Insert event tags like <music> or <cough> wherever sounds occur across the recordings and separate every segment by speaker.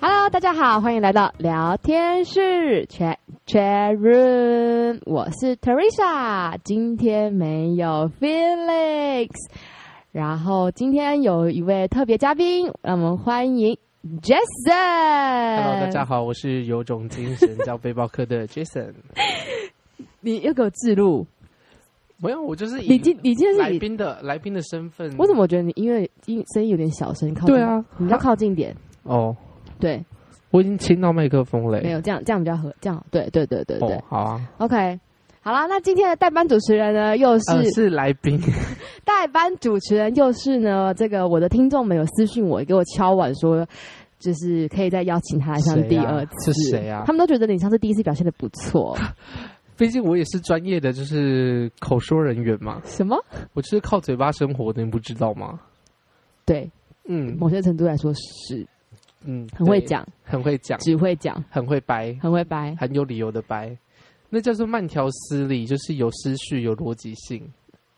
Speaker 1: Hello，大家好，欢迎来到聊天室 Chat Chat Room，我是 Teresa，今天没有 Felix，然后今天有一位特别嘉宾，让我们欢迎 Jason。
Speaker 2: Hello，大家好，我是有种精神叫背包客的 Jason。
Speaker 1: 你要给我自录，
Speaker 2: <laughs> 没有，我就是
Speaker 1: 你
Speaker 2: 以
Speaker 1: 今你今天
Speaker 2: 来
Speaker 1: 是你，
Speaker 2: 宾的来宾的身份。
Speaker 1: 我怎么觉得你音乐音声音有点小声？靠近
Speaker 2: 对啊，
Speaker 1: 你要靠近一点，
Speaker 2: 哦，
Speaker 1: 对，
Speaker 2: 我已经亲到麦克风了欸。
Speaker 1: 没有这样这样比较合，这样对对对对对、
Speaker 2: 哦，好啊，
Speaker 1: o k 好啦，那今天的代班主持人呢，又是、
Speaker 2: 呃，是来宾。
Speaker 1: 代班主持人又是呢，这个我的听众们有私讯我，给我敲碗说，就是可以再邀请他来上第二次。
Speaker 2: 是谁啊
Speaker 1: 他们都觉得你上次第一次表现的不错。
Speaker 2: 毕竟我也是专业的，就是口说人员嘛，
Speaker 1: <laughs> 什么？
Speaker 2: 我就是靠嘴巴生活的，你不知道吗？
Speaker 1: 对，
Speaker 2: 嗯
Speaker 1: 某些程度来说是
Speaker 2: 嗯，
Speaker 1: 很会
Speaker 2: 对，
Speaker 1: 讲，
Speaker 2: 很会讲，
Speaker 1: 只会讲，
Speaker 2: 很会掰，
Speaker 1: 很会掰。
Speaker 2: 很有理由的掰。那叫做慢条斯理，就是有思绪、有逻辑性。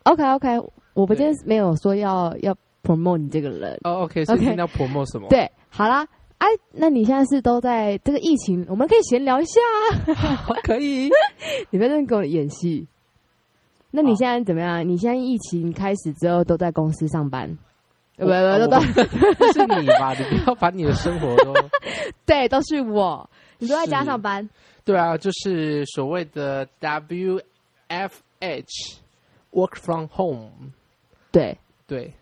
Speaker 1: OK OK，我们今
Speaker 2: 对
Speaker 1: 天没有说要要 promote 你这个人。
Speaker 2: 哦，OK，所以
Speaker 1: OK
Speaker 2: 今天要 promo 什么？
Speaker 1: 对，好啦。哎、那你现在是都在这个疫情，我们可以闲聊一下。
Speaker 2: 好， <laughs> 可以。
Speaker 1: 你不要在那给我演戏。那你
Speaker 2: 好
Speaker 1: 现在怎么样？你现在疫情开始之后都在公司上班？呃 <laughs>
Speaker 2: 我
Speaker 1: 不
Speaker 2: 哦
Speaker 1: 不
Speaker 2: 我
Speaker 1: 不，都
Speaker 2: 这是你吧？你不要把你的生活都
Speaker 1: 对，都是我。你都在家
Speaker 2: 是
Speaker 1: 上班？
Speaker 2: 对啊，就是所谓的 WFH work from home，
Speaker 1: 对，
Speaker 2: 对，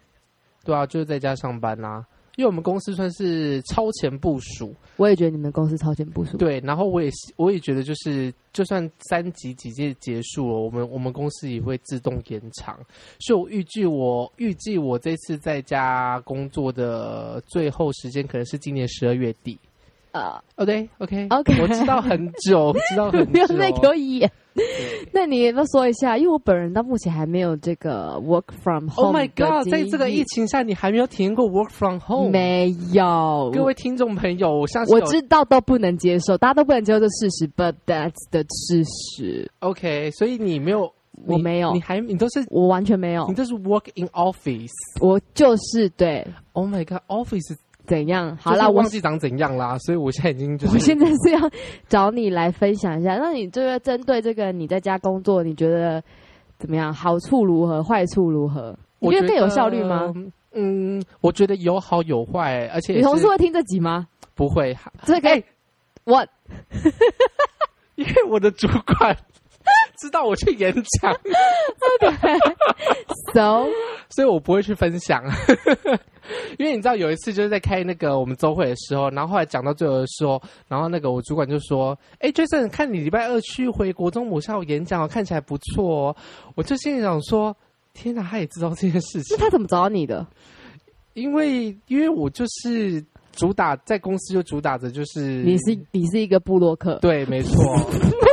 Speaker 2: 对啊，就是在家上班啦、因为我们公司算是超前部署，
Speaker 1: 我也觉得你们公司超前部署。
Speaker 2: 对，然后我也是我也觉得就是，就算三级警戒结束了，我们我们公司也会自动延长，所以我预计我预计我这次在家工作的最后时间可能是今年十二月底。
Speaker 1: <laughs> 呃，
Speaker 2: 哦，对，OK
Speaker 1: OK
Speaker 2: 我知道很 <laughs> 久，知道很
Speaker 1: 不
Speaker 2: 久
Speaker 1: 要。再给我演。
Speaker 2: 对
Speaker 1: 那你也不说一下，因为我本人到目前还没有这个 work from
Speaker 2: Oh
Speaker 1: home 的
Speaker 2: my
Speaker 1: 经历。
Speaker 2: god，在这个疫情下，你还没有体验过 work from home？，
Speaker 1: 没有，
Speaker 2: 各位听众朋友，我相信
Speaker 1: 我
Speaker 2: 有
Speaker 1: 知道都不能接受，大家都不能接受这事实，but that's the 事实，
Speaker 2: OK，所以你没有，你
Speaker 1: 我没有哦
Speaker 2: 你还你都是
Speaker 1: 我完全没有
Speaker 2: 你，都是 work in office。
Speaker 1: 我就是对
Speaker 2: Oh my god，office
Speaker 1: 怎样？好
Speaker 2: 就是
Speaker 1: 啦，我
Speaker 2: 忘记长怎样啦，所以我现在已经就是
Speaker 1: <laughs> 我现在是要找你来分享一下，那你这个针对这个你在家工作，你觉得怎么样？好处如何？坏处如何？你
Speaker 2: 我
Speaker 1: 觉得
Speaker 2: 觉
Speaker 1: 更有效率吗？？
Speaker 2: 嗯，我觉得有好有坏，而且
Speaker 1: 你同
Speaker 2: 是
Speaker 1: 事会听这集吗？
Speaker 2: 不会， <laughs>
Speaker 1: 这个、
Speaker 2: 哎
Speaker 1: 我
Speaker 2: 因为我的主管知道我去演讲，
Speaker 1: so
Speaker 2: 所以我不会去分享， <laughs> 因为你知道有一次就是在开那个我们周会的时候，然后后来讲到最后的时候，然后那个我主管就说：“哎、j a s o n 看你礼拜二去回国中母校演讲哦，看起来不错哦。”我就心里想说：“天哪，他也知道这件事
Speaker 1: 是， <laughs>
Speaker 2: 情
Speaker 1: 他怎么找到你的？
Speaker 2: 因为因为我就是主打在公司就主打着就是
Speaker 1: 你是你是一个布洛克，
Speaker 2: 嗯对，没错，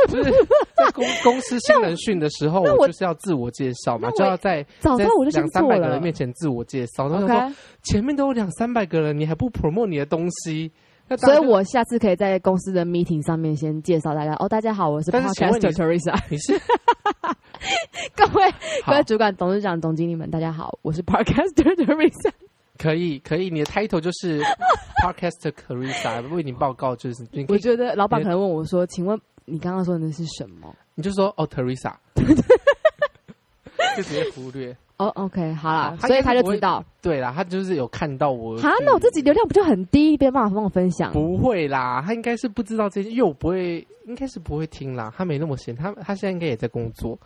Speaker 2: 就是在公公司新人训的时候，
Speaker 1: 那
Speaker 2: 我
Speaker 1: 我
Speaker 2: 就是要自我介绍
Speaker 1: 那，
Speaker 2: 嘛
Speaker 1: 我
Speaker 2: 就要在
Speaker 1: 早知
Speaker 2: 在
Speaker 1: 道我就先
Speaker 2: 两三
Speaker 1: 做
Speaker 2: 百个
Speaker 1: 了
Speaker 2: 人。面前自我介绍，然后说
Speaker 1: OK，
Speaker 2: 前面都有两三百个人，你还不 promote 你的东西，那当
Speaker 1: 所以
Speaker 2: 然就
Speaker 1: 我下次可以在公司的 meeting 上面先介绍大家。哦，大家好，我是
Speaker 2: 但是请问
Speaker 1: podcaster
Speaker 2: 你 <laughs>
Speaker 1: Teresa。<laughs>
Speaker 2: 你是
Speaker 1: 各位各
Speaker 2: 好
Speaker 1: 位主管、董事长、总经理们，大家好，我是 podcaster Teresa。
Speaker 2: 可以可以，你的 title 就是
Speaker 1: <laughs>
Speaker 2: podcaster Carissa 为你报告，就是你可
Speaker 1: 我
Speaker 2: 以
Speaker 1: 觉得老板可能问我说：“请问你刚刚说的是什么
Speaker 2: 你就说
Speaker 1: <laughs>
Speaker 2: 哦 Teresa，就直接忽略。？”
Speaker 1: 哦、o k 好啦
Speaker 2: 好，他
Speaker 1: 所以他
Speaker 2: 应该
Speaker 1: 就
Speaker 2: 不
Speaker 1: 知
Speaker 2: 会
Speaker 1: 道。
Speaker 2: 对啦，他就是有看到我
Speaker 1: 好，那我自己流量不就很低，没有办法帮我分享。
Speaker 2: 不会啦，他应该是不知道这些，因为我不会，应该是不会听啦。他没那么闲，他他现在应该也在工作。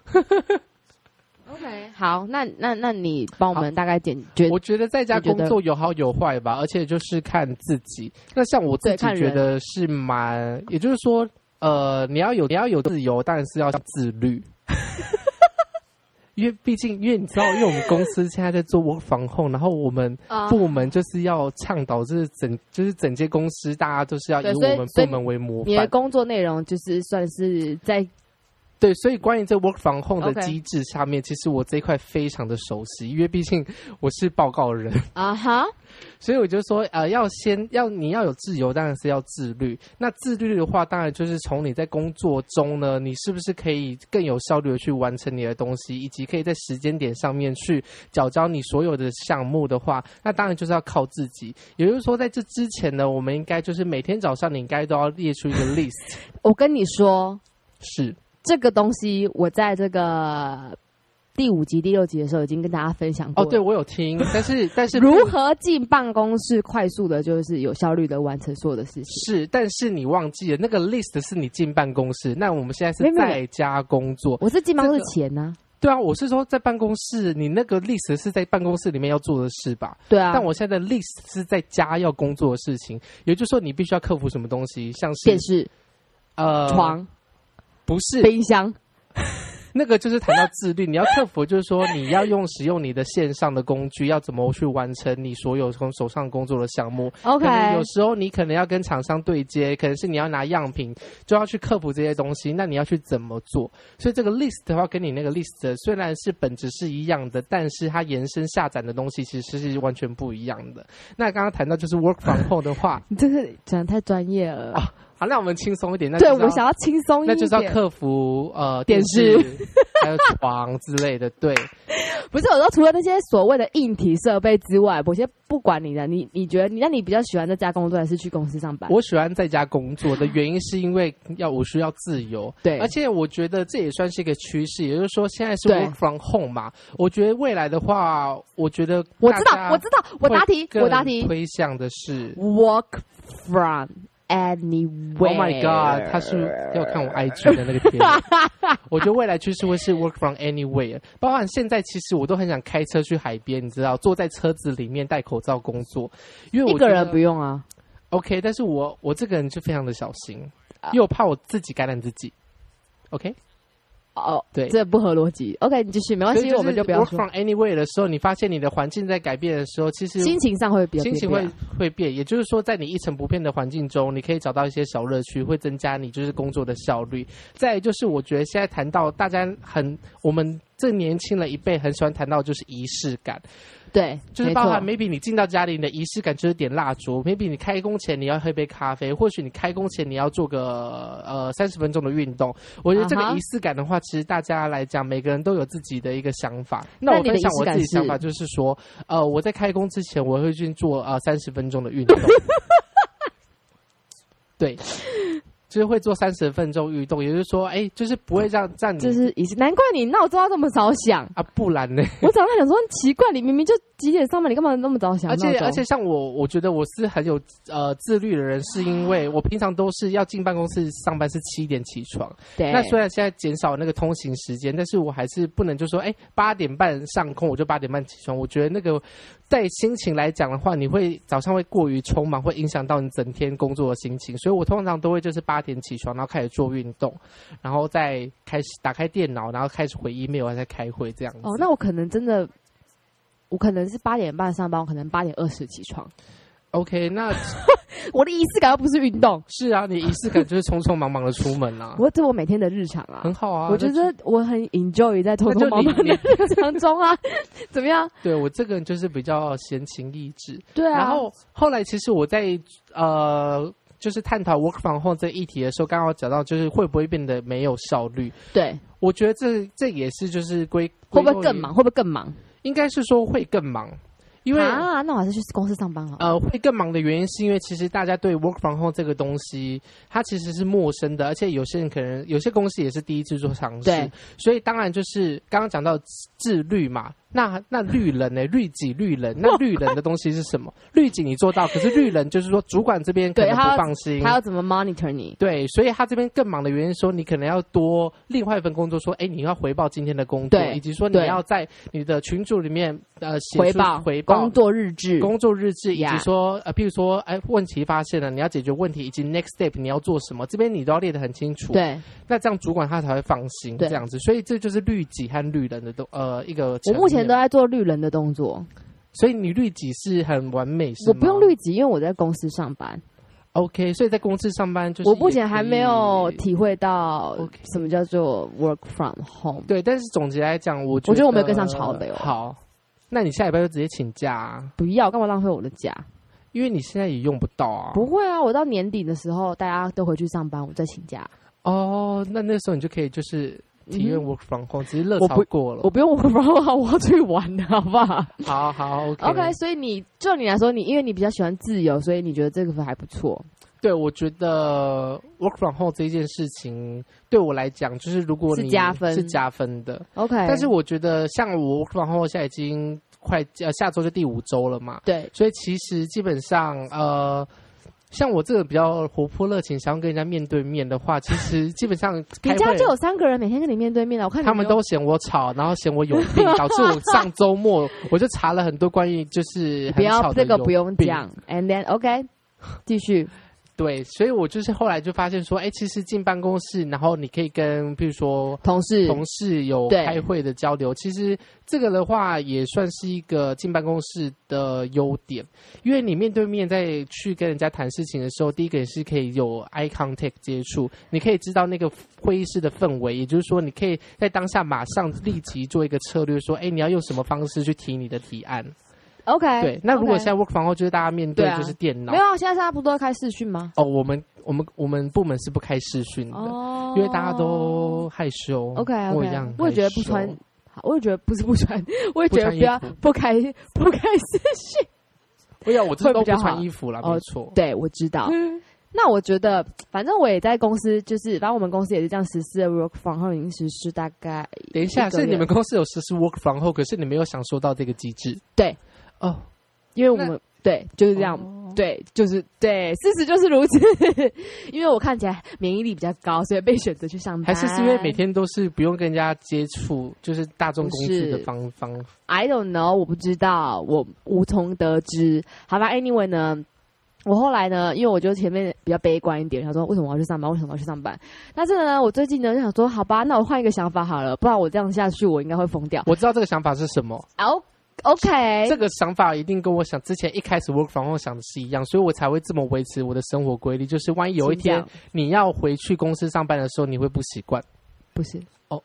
Speaker 1: OK，好，那那那你帮我
Speaker 2: 好
Speaker 1: 们大概简决
Speaker 2: 我觉得在家工作有好有坏吧，而且就是看自己。那像我自
Speaker 1: 对
Speaker 2: 己
Speaker 1: 看人
Speaker 2: 觉得是蛮，也就是说，呃，你要有你要有自由，但是要自律。因为毕竟，因为你知道，因为我们公司现在在做 work from home，然后我们
Speaker 1: 啊
Speaker 2: 部门就是要倡导，就是整就是整间公司大家都是要以
Speaker 1: 对
Speaker 2: 我
Speaker 1: 所以
Speaker 2: 们
Speaker 1: 所以
Speaker 2: 部门为模
Speaker 1: 你的
Speaker 2: 范。
Speaker 1: 工作内容就是算是在
Speaker 2: 对，所以关于这 work from home 的
Speaker 1: OK
Speaker 2: 机制上面其实我这一块非常的熟悉，因为毕竟我是报告人，
Speaker 1: 啊哈，
Speaker 2: 所以我就说，呃，要先要你要有自由，当然是要自律。那自律的话，当然就是从你在工作中呢，你是不是可以更有效率的去完成你的东西，以及可以在时间点上面去缴交你所有的项目的话，那当然就是要靠自己。也就是说，在这之前呢，我们应该就是每天早上你应该都要列出一个
Speaker 1: <laughs>
Speaker 2: list，
Speaker 1: 我跟你说，
Speaker 2: 是
Speaker 1: 这个东西我在这个第五集、第六集的时候已经跟大家分享过
Speaker 2: 哦，
Speaker 1: 了。
Speaker 2: 对我有听，但是但是
Speaker 1: 如何进办公室，快速的，就是有效率的完成所有的事情。
Speaker 2: 是，但是你忘记了那个 list 是你进办公室，那我们现在
Speaker 1: 没
Speaker 2: 是
Speaker 1: 有没有
Speaker 2: 在家工作。
Speaker 1: 我是进办公室
Speaker 2: 这个
Speaker 1: 前呢、
Speaker 2: 对啊，我是说在办公室，你那个 list 是在办公室里面要做的事吧？
Speaker 1: 对啊，
Speaker 2: 但我现在的 list 是在家要工作的事情，也就是说你必须要克服什么东西，像是
Speaker 1: 电视、
Speaker 2: 呃
Speaker 1: 床、
Speaker 2: 不是
Speaker 1: 冰箱，
Speaker 2: 那个就是谈到自律，你要克服，就是说你要用使用你的线上的工具，要怎么去完成你所有从手上工作的项目。
Speaker 1: OK，
Speaker 2: 可能有时候你可能要跟厂商对接，可能是你要拿样品，就要去克服这些东西。那你要去怎么做？所以这个 list 的话，跟你那个 list 虽然是本质是一样的，但是它延伸下展的东西其实是完全不一样的。那刚刚谈到就是 work from home
Speaker 1: <laughs>
Speaker 2: 的话，
Speaker 1: 你 <laughs> 真是讲得太专业了。
Speaker 2: 啊好，那我们轻松一点，那
Speaker 1: 对
Speaker 2: 就是
Speaker 1: 我想要轻松一
Speaker 2: 那
Speaker 1: 点，
Speaker 2: 就是要克服呃
Speaker 1: 电视、
Speaker 2: 还有床之类的。对，
Speaker 1: 不是我说除了那些所谓的硬体设备之外，我先不管你的，你你觉得你那你比较喜欢在家工作还是去公司上班？
Speaker 2: 我喜欢在家工作的原因是因为要我需要自由，
Speaker 1: 对
Speaker 2: 而且我觉得这也算是一个趋势，也就是说现在是
Speaker 1: 对
Speaker 2: work from home 嘛，我觉得未来的话，我觉得
Speaker 1: 我
Speaker 2: 大
Speaker 1: 知
Speaker 2: 家
Speaker 1: 道，我知道，我答
Speaker 2: 会
Speaker 1: 题，
Speaker 2: 更
Speaker 1: 我答题
Speaker 2: 推向的是。
Speaker 1: ，work from anywhere。
Speaker 2: Oh my god！他是要
Speaker 1: <laughs>
Speaker 2: 看我 IG 的那个片段。我觉得未来趋势会是 work from anywhere，包含现在其实我都很想开车去海边，你知道，坐在车子里面戴口罩工作，因为我
Speaker 1: 一个
Speaker 2: 觉
Speaker 1: 人
Speaker 2: 得
Speaker 1: 不用啊。
Speaker 2: OK，但是我我这个人就非常的小心
Speaker 1: 啊，
Speaker 2: 因为我怕我自己感染自己。OK，
Speaker 1: 哦，
Speaker 2: 对
Speaker 1: 这不合逻辑。OK，你继续，没关
Speaker 2: 所
Speaker 1: 系
Speaker 2: 以，是
Speaker 1: 我们就不要
Speaker 2: work
Speaker 1: 说。
Speaker 2: from anywhere 的时候，你发现你的环境在改变的时候，其实
Speaker 1: 心情上会比较
Speaker 2: 心情
Speaker 1: 变
Speaker 2: 会
Speaker 1: 变啊
Speaker 2: 会变。也就是说，在你一成不变的环境中，你可以找到一些小乐趣，会增加你就是工作的效率。再来就是，我觉得现在谈到大家很我们这年轻人一辈很喜欢谈到就是仪式感。
Speaker 1: 对，
Speaker 2: 就是
Speaker 1: 没
Speaker 2: 包含
Speaker 1: 错
Speaker 2: maybe 你进到家里，你的仪式感就是点蜡烛；maybe 你开工前你要喝一杯咖啡，或许你开工前你要做个呃三十分钟的运动。我觉得这个
Speaker 1: 啊哈
Speaker 2: 仪式感的话，其实大家来讲，每个人都有自己的一个想法。那
Speaker 1: 那
Speaker 2: 我
Speaker 1: 你的
Speaker 2: 分享
Speaker 1: 仪式
Speaker 2: 我
Speaker 1: 感
Speaker 2: 自己想
Speaker 1: 是
Speaker 2: 法，就是说，呃，我在开工之前，我会去做呃三十分钟的
Speaker 1: <laughs>
Speaker 2: 运动。对。就是会做三十分钟运动，也就是说，哎、就是不会让让你、。
Speaker 1: 就是仪式。难怪你闹钟要这么早响
Speaker 2: 啊，不然呢？
Speaker 1: <laughs> 我早上想说很奇怪，你明明就几点上班，你干嘛那么早响
Speaker 2: 而
Speaker 1: 闹钟？
Speaker 2: 且而且，像我，我觉得我是很有呃自律的人，是因为我平常都是要进办公室上班是七点起床。
Speaker 1: 对，
Speaker 2: 那虽然现在减少那个通行时间，但是我还是不能就说，哎、八点半上空我就八点半起床。我觉得那个在心情来讲的话，你会早上会过于匆忙，会影响到你整天工作的心情。所以我通常都会就是八点起床，然后开始做运动，然后再开始打开电脑，然后开始回 email，再啊开会这样子。
Speaker 1: 哦，那我可能真的，我可能是八点半上班，我可能八点二十起床。
Speaker 2: OK，那
Speaker 1: 我的仪式感又不是运动，
Speaker 2: 是啊，你仪式感就是匆匆忙忙的出门啊。
Speaker 1: 我这我每天的日常啊。
Speaker 2: 很好啊，
Speaker 1: 我觉
Speaker 2: 那就
Speaker 1: 得我很 enjoy 在偷
Speaker 2: 那
Speaker 1: 偷
Speaker 2: 就
Speaker 1: 忙忙
Speaker 2: 你
Speaker 1: <laughs> 的日常中啊，怎么样？
Speaker 2: 对我这个人就是比较闲情逸致。
Speaker 1: 对啊，
Speaker 2: 然后后来其实我在呃。就是探讨 work from home 这议题的时候，刚刚我讲到就是会不会变得没有效率？
Speaker 1: 对，
Speaker 2: 我觉得这这也是就是归
Speaker 1: 会不会更？
Speaker 2: 归
Speaker 1: 忙？
Speaker 2: 咎于
Speaker 1: 会不会更忙？
Speaker 2: 应该是说会更忙，因为
Speaker 1: 啊，那我还是去公司上班好了。
Speaker 2: 呃，会更忙的原因是因为其实大家对 work from home 这个东西，它其实是陌生的，而且有些人可能有些公司也是第一次做尝试
Speaker 1: 对，
Speaker 2: 所以当然就是刚刚讲到自律嘛，那那绿人呢、律己律人，
Speaker 1: <laughs>
Speaker 2: 那绿人的东西是什么？律己你做到，可是绿人就是说主管这边可
Speaker 1: 对
Speaker 2: 能不
Speaker 1: 他要
Speaker 2: 放心，
Speaker 1: 他要怎么 monitor 你？
Speaker 2: 对，所以他这边更忙的原因说，你可能要多另外一份工作，说，哎，你要回报今天的工作，
Speaker 1: 对
Speaker 2: 以及说你
Speaker 1: 对
Speaker 2: 要在你的群组里面呃写出
Speaker 1: 回报
Speaker 2: 回报
Speaker 1: 工作日志，
Speaker 2: 工作日志，以及
Speaker 1: Yeah
Speaker 2: 说呃，譬如说，哎，问题发现了，你要解决问题，以及 next step 你要做什么，这边你都要列得很清楚。，
Speaker 1: 对
Speaker 2: 那这样主管他才会放心这
Speaker 1: 对
Speaker 2: 样子，所以这就是律己和律人的都呃一个。
Speaker 1: 我目前都，在做绿人的动作，
Speaker 2: 所以你律己是很完美，是
Speaker 1: 我
Speaker 2: 吗
Speaker 1: 不用。律己，因为我在公司上班。
Speaker 2: OK，所以在公司上班就是
Speaker 1: 我目前
Speaker 2: 也可以
Speaker 1: 还没有体会到
Speaker 2: OK
Speaker 1: 什么叫做 work from home。
Speaker 2: 对，但是总结来讲，我
Speaker 1: 我觉得我没有跟上潮流
Speaker 2: 好，那你下礼拜就直接请假、啊，
Speaker 1: 不要，干嘛浪费我的假？
Speaker 2: 因为你现在也用不到啊。
Speaker 1: 不会啊，我到年底的时候大家都回去上班，我再请假。
Speaker 2: 哦，那那时候你就可以就是体验
Speaker 1: 嗯
Speaker 2: work from home，、只是热
Speaker 1: 我
Speaker 2: 潮
Speaker 1: 不
Speaker 2: 过了
Speaker 1: 我。不用 work from home，我
Speaker 2: <laughs>
Speaker 1: 要出去玩的好不好
Speaker 2: 好好 OK
Speaker 1: ？OK，所以你就你来说，你因为你比较喜欢自由，所以你觉得这个还不错。
Speaker 2: 对，我觉得 work from home 这一件事情对我来讲，就是如果
Speaker 1: 是
Speaker 2: 你
Speaker 1: 加分哎
Speaker 2: 是加分的。
Speaker 1: OK，
Speaker 2: 但是我觉得像我 work from home 现在已经快呃下周就第五周了嘛，
Speaker 1: 对
Speaker 2: 所以其实基本上呃。像我这个比较活泼热情，想要跟人家面对面的话，其实基
Speaker 1: <laughs>
Speaker 2: 本上
Speaker 1: 你
Speaker 2: 开
Speaker 1: 家
Speaker 2: 会
Speaker 1: 就有三个人每天跟你面对面的，我看你
Speaker 2: 他
Speaker 1: 没
Speaker 2: 们
Speaker 1: 有
Speaker 2: 都嫌我吵，然后嫌我有病，导致我上周末我就查了很多关于就是
Speaker 1: <laughs> 不
Speaker 2: 很吵
Speaker 1: 要
Speaker 2: 的
Speaker 1: 这个
Speaker 2: 有
Speaker 1: 不用
Speaker 2: 病
Speaker 1: 讲，and then OK，继续
Speaker 2: 对，所以我就是后来就发现说，哎、其实进办公室，然后你可以跟比如说
Speaker 1: 同事
Speaker 2: 同事有
Speaker 1: 对
Speaker 2: 开会的交流，其实这个的话也算是一个进办公室的优点，因为你面对面在去跟人家谈事情的时候，第一个也是可以有 eye contact 接触，你可以知道那个会议室的氛围，也就是说，你可以在当下马上立即做一个策略，说，哎、你要用什么方式去提你的提案？
Speaker 1: OK，
Speaker 2: 对，那如果
Speaker 1: 哎 OK
Speaker 2: 现在 work from home 就是大家面对
Speaker 1: 对啊
Speaker 2: 就是电脑
Speaker 1: 没。有啊，现在大家不都在开视讯吗？
Speaker 2: 哦，我们我们我们部门是不开视讯的，
Speaker 1: 哦
Speaker 2: 因为大家都害羞。
Speaker 1: OK
Speaker 2: 跟
Speaker 1: OK，
Speaker 2: 我一样害羞，
Speaker 1: 我也觉得不穿，好我也觉得不是不穿， <laughs> 我也觉得不
Speaker 2: 不穿衣
Speaker 1: 要
Speaker 2: 服
Speaker 1: 不开 <laughs> 不开视讯。
Speaker 2: 哎呀，我这
Speaker 1: 会
Speaker 2: 都
Speaker 1: 比
Speaker 2: 不
Speaker 1: 较
Speaker 2: 穿
Speaker 1: 好
Speaker 2: 衣服啦，
Speaker 1: 哦
Speaker 2: 没错。
Speaker 1: 对，我知道。
Speaker 2: 嗯
Speaker 1: 那我觉得，反正我也在公司，就是反正我们公司也是这样实施的 work from home，已经实施大概
Speaker 2: 等一下，
Speaker 1: 一个
Speaker 2: 是你
Speaker 1: 月
Speaker 2: 们公司有实施 work from home，可是你没有享受到这个机制。
Speaker 1: 对，
Speaker 2: 哦，
Speaker 1: 因为我
Speaker 2: 那
Speaker 1: 们对就是这样，
Speaker 2: 哦
Speaker 1: 对，就是对，事实就是如此。 <laughs> 因为我看起来免疫力比较高，所以被选择去上班。
Speaker 2: 还是是因为每天都是不用跟人家接触，就是大众公司的
Speaker 1: 不是
Speaker 2: 方方。
Speaker 1: I don't know，我不知道，我无从得知。好吧，Anyway 呢，我后来呢，因为我就前面比较悲观一点，想说为什么我要去上班，为什么我要去上班？但是呢，我最近呢就想说，好吧，那我换一个想法好了，不然我这样下去，我应该会疯掉。
Speaker 2: 我知道这个想法是什么，
Speaker 1: 哦 OK，
Speaker 2: 这个想法一定跟我想之前一开始 work from home 想的是一样，所以我才会这么维持我的生活规律。就是万一有一
Speaker 1: 请
Speaker 2: 天
Speaker 1: 讲
Speaker 2: 你要回去公司上班的时候，你会不习惯。
Speaker 1: 不是
Speaker 2: 哦，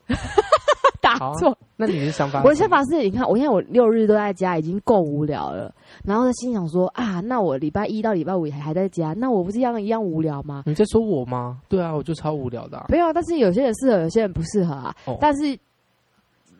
Speaker 1: 打
Speaker 2: 好啊
Speaker 1: 错。
Speaker 2: 那你的想法是什么？
Speaker 1: 我的想法是，你看，我现在我六日都在家，已经够无聊了。然后在心想说啊，那我礼拜一到礼拜五也还还在家，那我不是一样一样无聊吗？
Speaker 2: 你在说我吗？对啊，我就超无聊的啊、
Speaker 1: 没有，但是有些人适合，有些人不适合啊。
Speaker 2: 哦
Speaker 1: 但是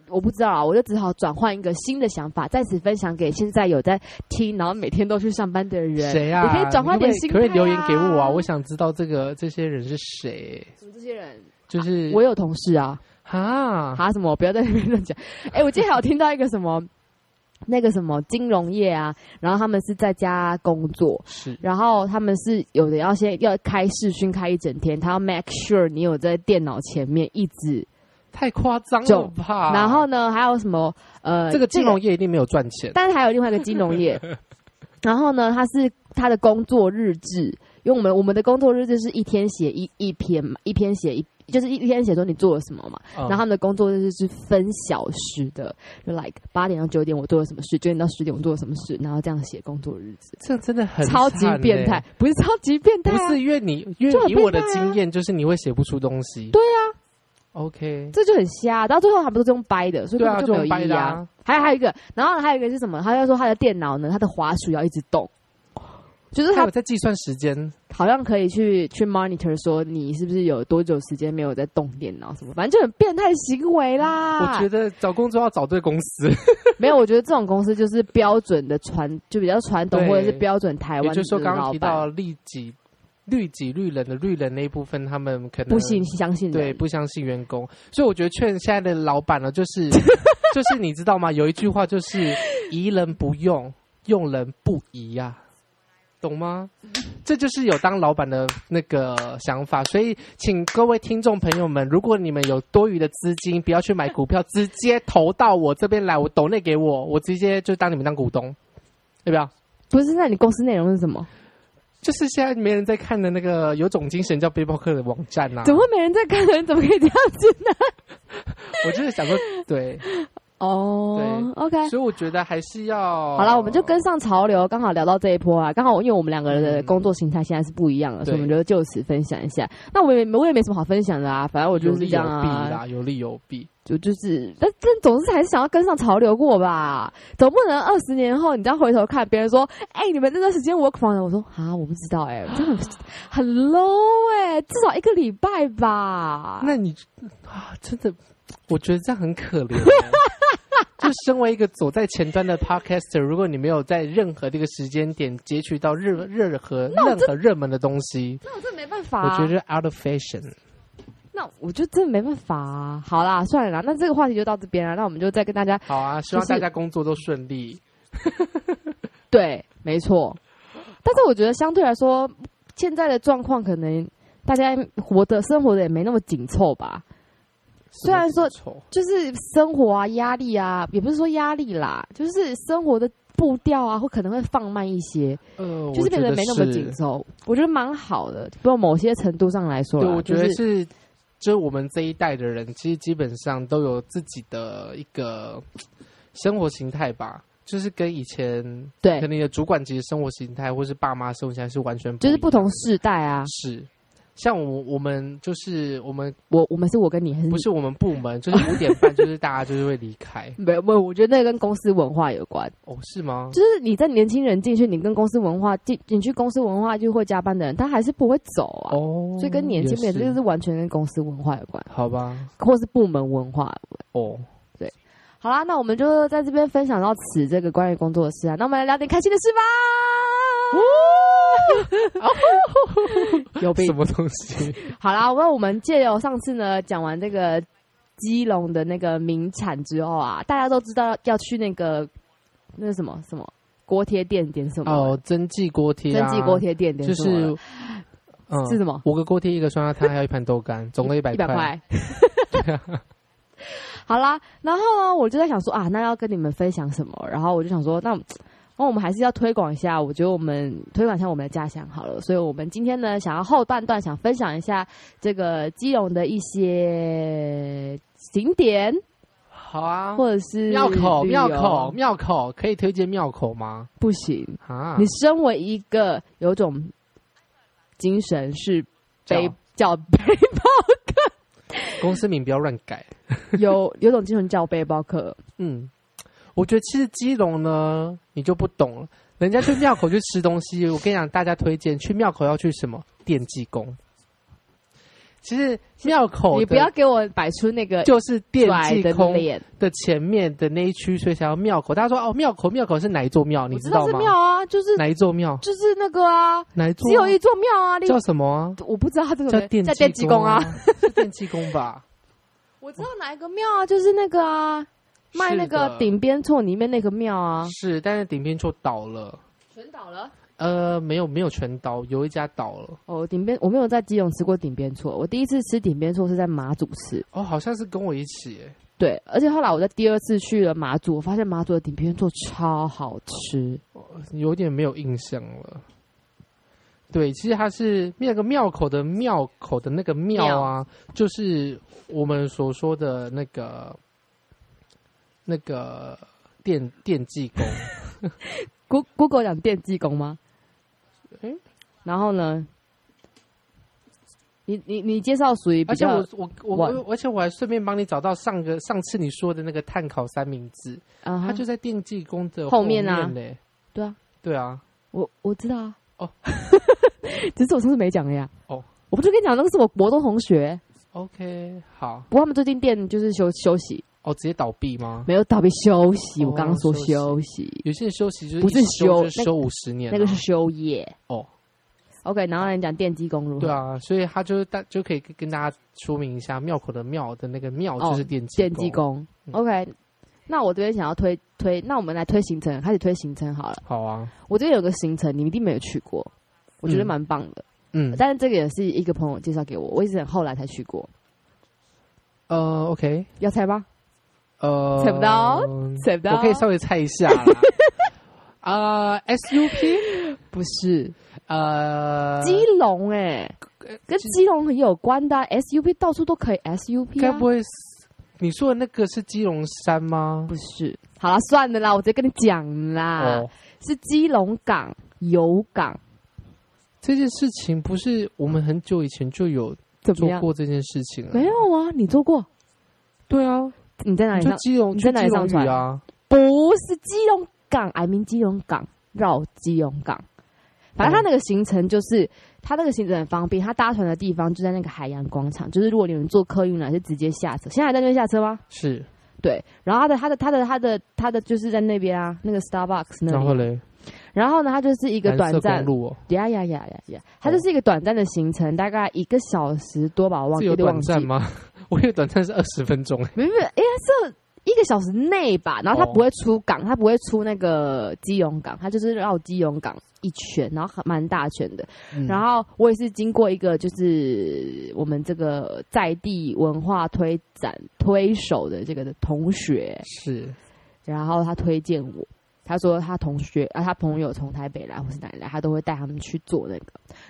Speaker 1: 我不知道啊，我就只好转换一个新的想法，在此分享给现在有在听，然后每天都去上班的人。
Speaker 2: 谁啊？
Speaker 1: 你可以转换
Speaker 2: 你可不可
Speaker 1: 点心
Speaker 2: 以
Speaker 1: 态、
Speaker 2: 可不可以留言给我啊？我想知道这个这些人是谁，
Speaker 1: 什么这些人，
Speaker 2: 就是
Speaker 1: 我有同事啊，
Speaker 2: 哈，
Speaker 1: 啊什么？不要在那边乱讲。
Speaker 2: 啊
Speaker 1: 哎、我今天还有听到一个什么，那个什么金融业啊，然后他们是在家工作，
Speaker 2: 是
Speaker 1: 然后他们是有的要先要开视讯开一整天，他要 make sure 你有在电脑前面一直。
Speaker 2: 太夸张了
Speaker 1: 就
Speaker 2: 吧？
Speaker 1: 然后呢，还有什么呃，
Speaker 2: 这个金融业一定没有赚钱，
Speaker 1: 但是还有另外一个金融
Speaker 2: <laughs>
Speaker 1: 业，然后呢，他是他的工作日志，因为我们我们的工作日志是一天写一一篇嘛，一篇写一就是一一天写说你做了什么嘛，
Speaker 2: 嗯
Speaker 1: 然后他们的工作日志是分小时的，就 like 八点到九点我做了什么事，九点到十点我做了什么事，然后这样写工作日志，
Speaker 2: 这真的很
Speaker 1: 超级
Speaker 2: 惨
Speaker 1: 变态
Speaker 2: 欸。，
Speaker 1: 不是超级变态、
Speaker 2: 不
Speaker 1: 啊，
Speaker 2: 是因为你，因
Speaker 1: 就
Speaker 2: 为
Speaker 1: 很
Speaker 2: 以我的
Speaker 1: 变态啊
Speaker 2: 经验，就是你会写不出东西。对啊，OK，
Speaker 1: 这就很瞎，啊到最后他们都是用掰的，所以
Speaker 2: 对
Speaker 1: 根
Speaker 2: 啊，
Speaker 1: 本
Speaker 2: 就
Speaker 1: 就没有
Speaker 2: 很掰
Speaker 1: 意义
Speaker 2: 的
Speaker 1: 啊。
Speaker 2: 啊。
Speaker 1: 还有还有一个，然后呢还有一个是什么？他就说他的电脑呢，他的滑鼠要一直动，就是
Speaker 2: 还
Speaker 1: 他
Speaker 2: 有在计算时间，
Speaker 1: 好像可以去去 monitor 说你是不是有多久时间没有在动电脑什么，反正就很变态行为啦。
Speaker 2: 我觉得找工作要找对公司，
Speaker 1: 没有，我觉得这种公司就是标准的传，就比较传统
Speaker 2: 对
Speaker 1: 或者是标准台
Speaker 2: 也
Speaker 1: 湾的
Speaker 2: 就是说刚刚
Speaker 1: 老
Speaker 2: 提到
Speaker 1: 板，
Speaker 2: 利己、律己、律人的律人那一部分，他们可能
Speaker 1: 不信相信
Speaker 2: 对，
Speaker 1: 人。
Speaker 2: 不相信员工，所以我觉得劝现在的老板呢，就是
Speaker 1: <laughs>
Speaker 2: 就是你知道吗？有一句话就是“疑人不用，用人不疑”呀，懂吗？这就是有当老板的那个想法，所以请各位听众朋友们，如果你们有多余的资金，不要去买股票，直接投到我这边来，我抖内给我，我直接就当你们当股东，要不要？
Speaker 1: 不是，那你公司内容是什么？
Speaker 2: 就是现在没人在看的那个有种精神叫背包客的网站呐、啊
Speaker 1: 怎，么会没人在看呢？你怎么可以这样子呢 <laughs>
Speaker 2: 我就是想说，对，
Speaker 1: 哦
Speaker 2: 对
Speaker 1: ，OK，
Speaker 2: 所以我觉得还是要
Speaker 1: 好了，我们就跟上潮流，刚好聊到这一波啊，刚好因为我们两个人
Speaker 2: 嗯
Speaker 1: 的工作形态现在是不一样的，
Speaker 2: 对
Speaker 1: 所以我们就就此分享一下。那我也没我也没什么好分享的啊，反正我就是这样
Speaker 2: 有利有弊
Speaker 1: 啊，
Speaker 2: 啦，有利有弊。
Speaker 1: 就就是，但但总是还是想要跟上潮流过吧，总不能二十年后你再回头看别人说，哎、你们那段时间 work from，home 我说啊，我不知道哎、
Speaker 2: <gasps>
Speaker 1: 真的很很 low 哎、至少一个礼拜吧。
Speaker 2: 那你啊，真的，我觉得这样很可
Speaker 1: <laughs>
Speaker 2: 怜欸。就身为一个走在前端的 podcaster，如果你没有在任何这个时间点截取到热任何任何热门的东西，
Speaker 1: 那我真的没办法、
Speaker 2: 我
Speaker 1: 啊，
Speaker 2: 觉得 out of fashion。
Speaker 1: 那我就真的没办法、啊。好啦，算了啦，那这个话题就到这边啊了，那我们就再跟大家
Speaker 2: 好啊，希望
Speaker 1: 就是
Speaker 2: 大家工作都顺利。
Speaker 1: 对，没错。但是我觉得相对来说，现在的状况可能大家活的生活的也没那么紧凑吧。虽然说
Speaker 2: 什么不错
Speaker 1: 就是生活啊、压力啊，也不是说压力啦，就是生活的步调啊，会可能会放慢一些，
Speaker 2: 呃，
Speaker 1: 就是
Speaker 2: 我觉
Speaker 1: 变得
Speaker 2: 得
Speaker 1: 没那么
Speaker 2: 是
Speaker 1: 紧凑。我觉得蛮好的，不过某些程度上来说啦，
Speaker 2: 对，我觉
Speaker 1: 啊就
Speaker 2: 得
Speaker 1: 是
Speaker 2: 是，就是我们这一代的人，其实基本上都有自己的一个生活形态吧，就是跟以前
Speaker 1: 对
Speaker 2: 可能你的主管级的生活形态，或是爸妈生活形态是完全
Speaker 1: 就是
Speaker 2: 一
Speaker 1: 不
Speaker 2: 样
Speaker 1: 同世代啊。
Speaker 2: 是。像我我们就是我们
Speaker 1: 我我们是我跟你还是
Speaker 2: 不
Speaker 1: 你
Speaker 2: 是我们部门，就是
Speaker 1: <laughs>
Speaker 2: 五点半就是大家就是会离开
Speaker 1: 没有没有，我觉得那个跟公司文化有关。
Speaker 2: 哦，是吗？
Speaker 1: 就是你在年轻人进去，你跟公司文化进，你去公司文化就会加班的人，他还是不会走啊。
Speaker 2: 哦，
Speaker 1: 所以跟年轻
Speaker 2: 也
Speaker 1: 人，这个是完全跟公司文化有关，
Speaker 2: 好吧？
Speaker 1: 或是部门文化。
Speaker 2: 哦，
Speaker 1: 好啦，那我们就在这边分享到此这个关于工作的事啊。那我们来聊点开心的事吧。有病
Speaker 2: 什！么东西？
Speaker 1: <laughs> 好啦，那我们借由上次呢讲完这个基隆的那个名产之后啊，大家都知道要去那个那个什么什么锅贴店点什么
Speaker 2: 哦，蒸汽锅贴、
Speaker 1: 蒸
Speaker 2: 啊，
Speaker 1: 汽锅，贴店点
Speaker 2: 就
Speaker 1: 什么
Speaker 2: 是
Speaker 1: 了
Speaker 2: 嗯
Speaker 1: 是什么？
Speaker 2: 五个锅贴，一个酸辣汤，还有一盘豆
Speaker 1: <laughs>
Speaker 2: 干，总共一百
Speaker 1: 一百块。
Speaker 2: <laughs>
Speaker 1: 好啦，然后呢，我就在想说啊，那要跟你们分享什么？然后我就想说，那那我们还是要推广一下，我觉得我们推广一下我们的家乡好了。所以我们今天呢，想要后半段想分享一下这个基隆的一些景点，
Speaker 2: 好啊，
Speaker 1: 或者是
Speaker 2: 庙口，
Speaker 1: 旅游
Speaker 2: 庙口，庙口，可以推荐庙口吗？
Speaker 1: 不行。
Speaker 2: 啊，
Speaker 1: 你身为一个有种精神是背叫背
Speaker 2: 公司名不要乱改。 <laughs>
Speaker 1: 有有种精神叫背包客，
Speaker 2: 嗯，我觉得其实基隆呢，你就不懂了。人家去庙口去吃东西，我跟你讲，大家推荐去庙口要去什么？电济宫。其实庙口
Speaker 1: 你
Speaker 2: 的
Speaker 1: 不要给我摆出那个
Speaker 2: 哦就是电
Speaker 1: 拽
Speaker 2: 济
Speaker 1: 的
Speaker 2: 宫
Speaker 1: 脸，
Speaker 2: 的前面的那一区，所以才叫庙口。大家说哦，庙口庙口是哪一座庙？你
Speaker 1: 我知
Speaker 2: 道
Speaker 1: 道是
Speaker 2: 吗？
Speaker 1: 庙啊，就是
Speaker 2: <laughs> 哪一座庙？
Speaker 1: 就是那个啊，
Speaker 2: 哪一座？
Speaker 1: 只有一座庙啊，另
Speaker 2: 叫什么啊？
Speaker 1: 我不知道它这个
Speaker 2: 叫
Speaker 1: 名
Speaker 2: 电
Speaker 1: 叫电
Speaker 2: 济
Speaker 1: 击宫啊，， <laughs>
Speaker 2: 是电济宫吧？
Speaker 1: 我知道哪一个庙啊，就是那个啊，卖那
Speaker 2: 是
Speaker 1: 个
Speaker 2: 的
Speaker 1: 顶边错里面那个庙啊，
Speaker 2: 是，但是顶边就倒了。
Speaker 1: 全倒了。
Speaker 2: 呃，没有没有全倒，有一家倒了。
Speaker 1: 哦，顶边我没有在基隆吃过顶边错，我第一次吃顶边错是在马祖吃，
Speaker 2: 哦，好像是跟我一起耶。
Speaker 1: 对，而且后来我在第二次去了马祖，我发现马祖的顶边错超好吃，
Speaker 2: 有点没有印象了。对，其实它是那个庙口的庙口的那个庙啊，就是我们所说的那个那个电电济宫。
Speaker 1: Goo- Google 讲电击工吗？
Speaker 2: 诶
Speaker 1: 然后呢？你你你介绍属于比
Speaker 2: 而且
Speaker 1: 较，
Speaker 2: 我我我
Speaker 1: 晚
Speaker 2: 我，而且我还顺便帮你找到上个上次你说的那个碳烤三明治，
Speaker 1: 啊哈
Speaker 2: 它就在电济宫的
Speaker 1: 后
Speaker 2: 面
Speaker 1: 面啊
Speaker 2: 嘞
Speaker 1: 对啊，
Speaker 2: 对啊，
Speaker 1: 我我知道啊。
Speaker 2: 哦，
Speaker 1: <laughs> 只是我上次没讲了呀。
Speaker 2: 哦，
Speaker 1: 我不就跟你讲，那个是我国中同学，
Speaker 2: OK，好，
Speaker 1: 不过他们最近店就是休休息，
Speaker 2: 哦，直接倒闭吗？
Speaker 1: 没有倒闭休息。
Speaker 2: 哦
Speaker 1: 我刚刚说
Speaker 2: 休息
Speaker 1: 休息，
Speaker 2: 有些人休息就是
Speaker 1: 不是
Speaker 2: 一休
Speaker 1: 休
Speaker 2: 就
Speaker 1: 那
Speaker 2: 休五十年啊、
Speaker 1: 那个是休业。
Speaker 2: 哦
Speaker 1: ，OK，然后来讲电机公路，
Speaker 2: 对，啊，所以他就是大就可以跟跟大家说明一下庙口的庙的那个庙
Speaker 1: 哦
Speaker 2: 就是电机
Speaker 1: 电机工。
Speaker 2: 嗯
Speaker 1: OK，那我这边想要推推，那我们来推行程，开始推行程好了。
Speaker 2: 好啊，
Speaker 1: 我这边有个行程，你们一定没有去过，我觉得
Speaker 2: 嗯
Speaker 1: 蛮棒的。
Speaker 2: 嗯
Speaker 1: 但是这个也是一个朋友介绍给我，我一直很后来才去过。
Speaker 2: 呃，OK，
Speaker 1: 要猜吗？
Speaker 2: 呃，
Speaker 1: 猜不到哦猜不到
Speaker 2: 我可以稍微猜一
Speaker 1: <laughs>
Speaker 2: 下啦。啊，SUP，
Speaker 1: 不是，
Speaker 2: 呃，
Speaker 1: 基隆哎、跟基隆很有关的啊、SUP 到处都可以 SUP，、啊、
Speaker 2: 该不会是你说的那个是基隆山吗？
Speaker 1: 不是，啊好了，算了啦，我直接跟你讲啦，
Speaker 2: 哦，
Speaker 1: 是基隆港油港
Speaker 2: 这件事情不是我们很久以前就有
Speaker 1: 怎么
Speaker 2: 做
Speaker 1: 样？
Speaker 2: 过这件事情了。
Speaker 1: 没有啊，你做过？
Speaker 2: 对啊，
Speaker 1: 你在哪里
Speaker 2: 就
Speaker 1: 上？
Speaker 2: 基隆，
Speaker 1: 你在
Speaker 2: 就
Speaker 1: 哪
Speaker 2: 基
Speaker 1: 里
Speaker 2: 隆
Speaker 1: 上船
Speaker 2: 屿啊？
Speaker 1: 不是基隆港，I mean 基隆港绕基隆港。反正他那个行程就是，他那个行程很方便，他搭船的地方就在那个海洋广场。就是如果你们坐客运来，是直接下车。现在还在那边下车吗？
Speaker 2: 是，
Speaker 1: 对。然后他的他的他的他的他的就是在那边啊，那个 Starbucks 那
Speaker 2: 然后
Speaker 1: 里。
Speaker 2: 嘞，
Speaker 1: 然后呢，它就是一
Speaker 2: 一
Speaker 1: 个短暂
Speaker 2: 公，路哦，
Speaker 1: 呀呀呀呀呀，它就是一个短暂的行程，大概一个小时多吧，我忘
Speaker 2: 这
Speaker 1: 记
Speaker 2: 有
Speaker 1: 有点
Speaker 2: 短
Speaker 1: 忘记
Speaker 2: 暂。吗？我以为短暂是二十分钟哎。
Speaker 1: 没有没有，应该是一个小时内吧。然后它
Speaker 2: 哦
Speaker 1: 不会出港，它不会出那个基隆港，它就是绕基隆港一圈，然后很蛮大圈的。
Speaker 2: 嗯
Speaker 1: 然后我也是经过一个就是我们这个在地文化推展推手的这个的同学，
Speaker 2: 是，
Speaker 1: 然后他推荐我。他说他同学啊，他朋友从台北来或是哪里来，他都会带他们去做那个。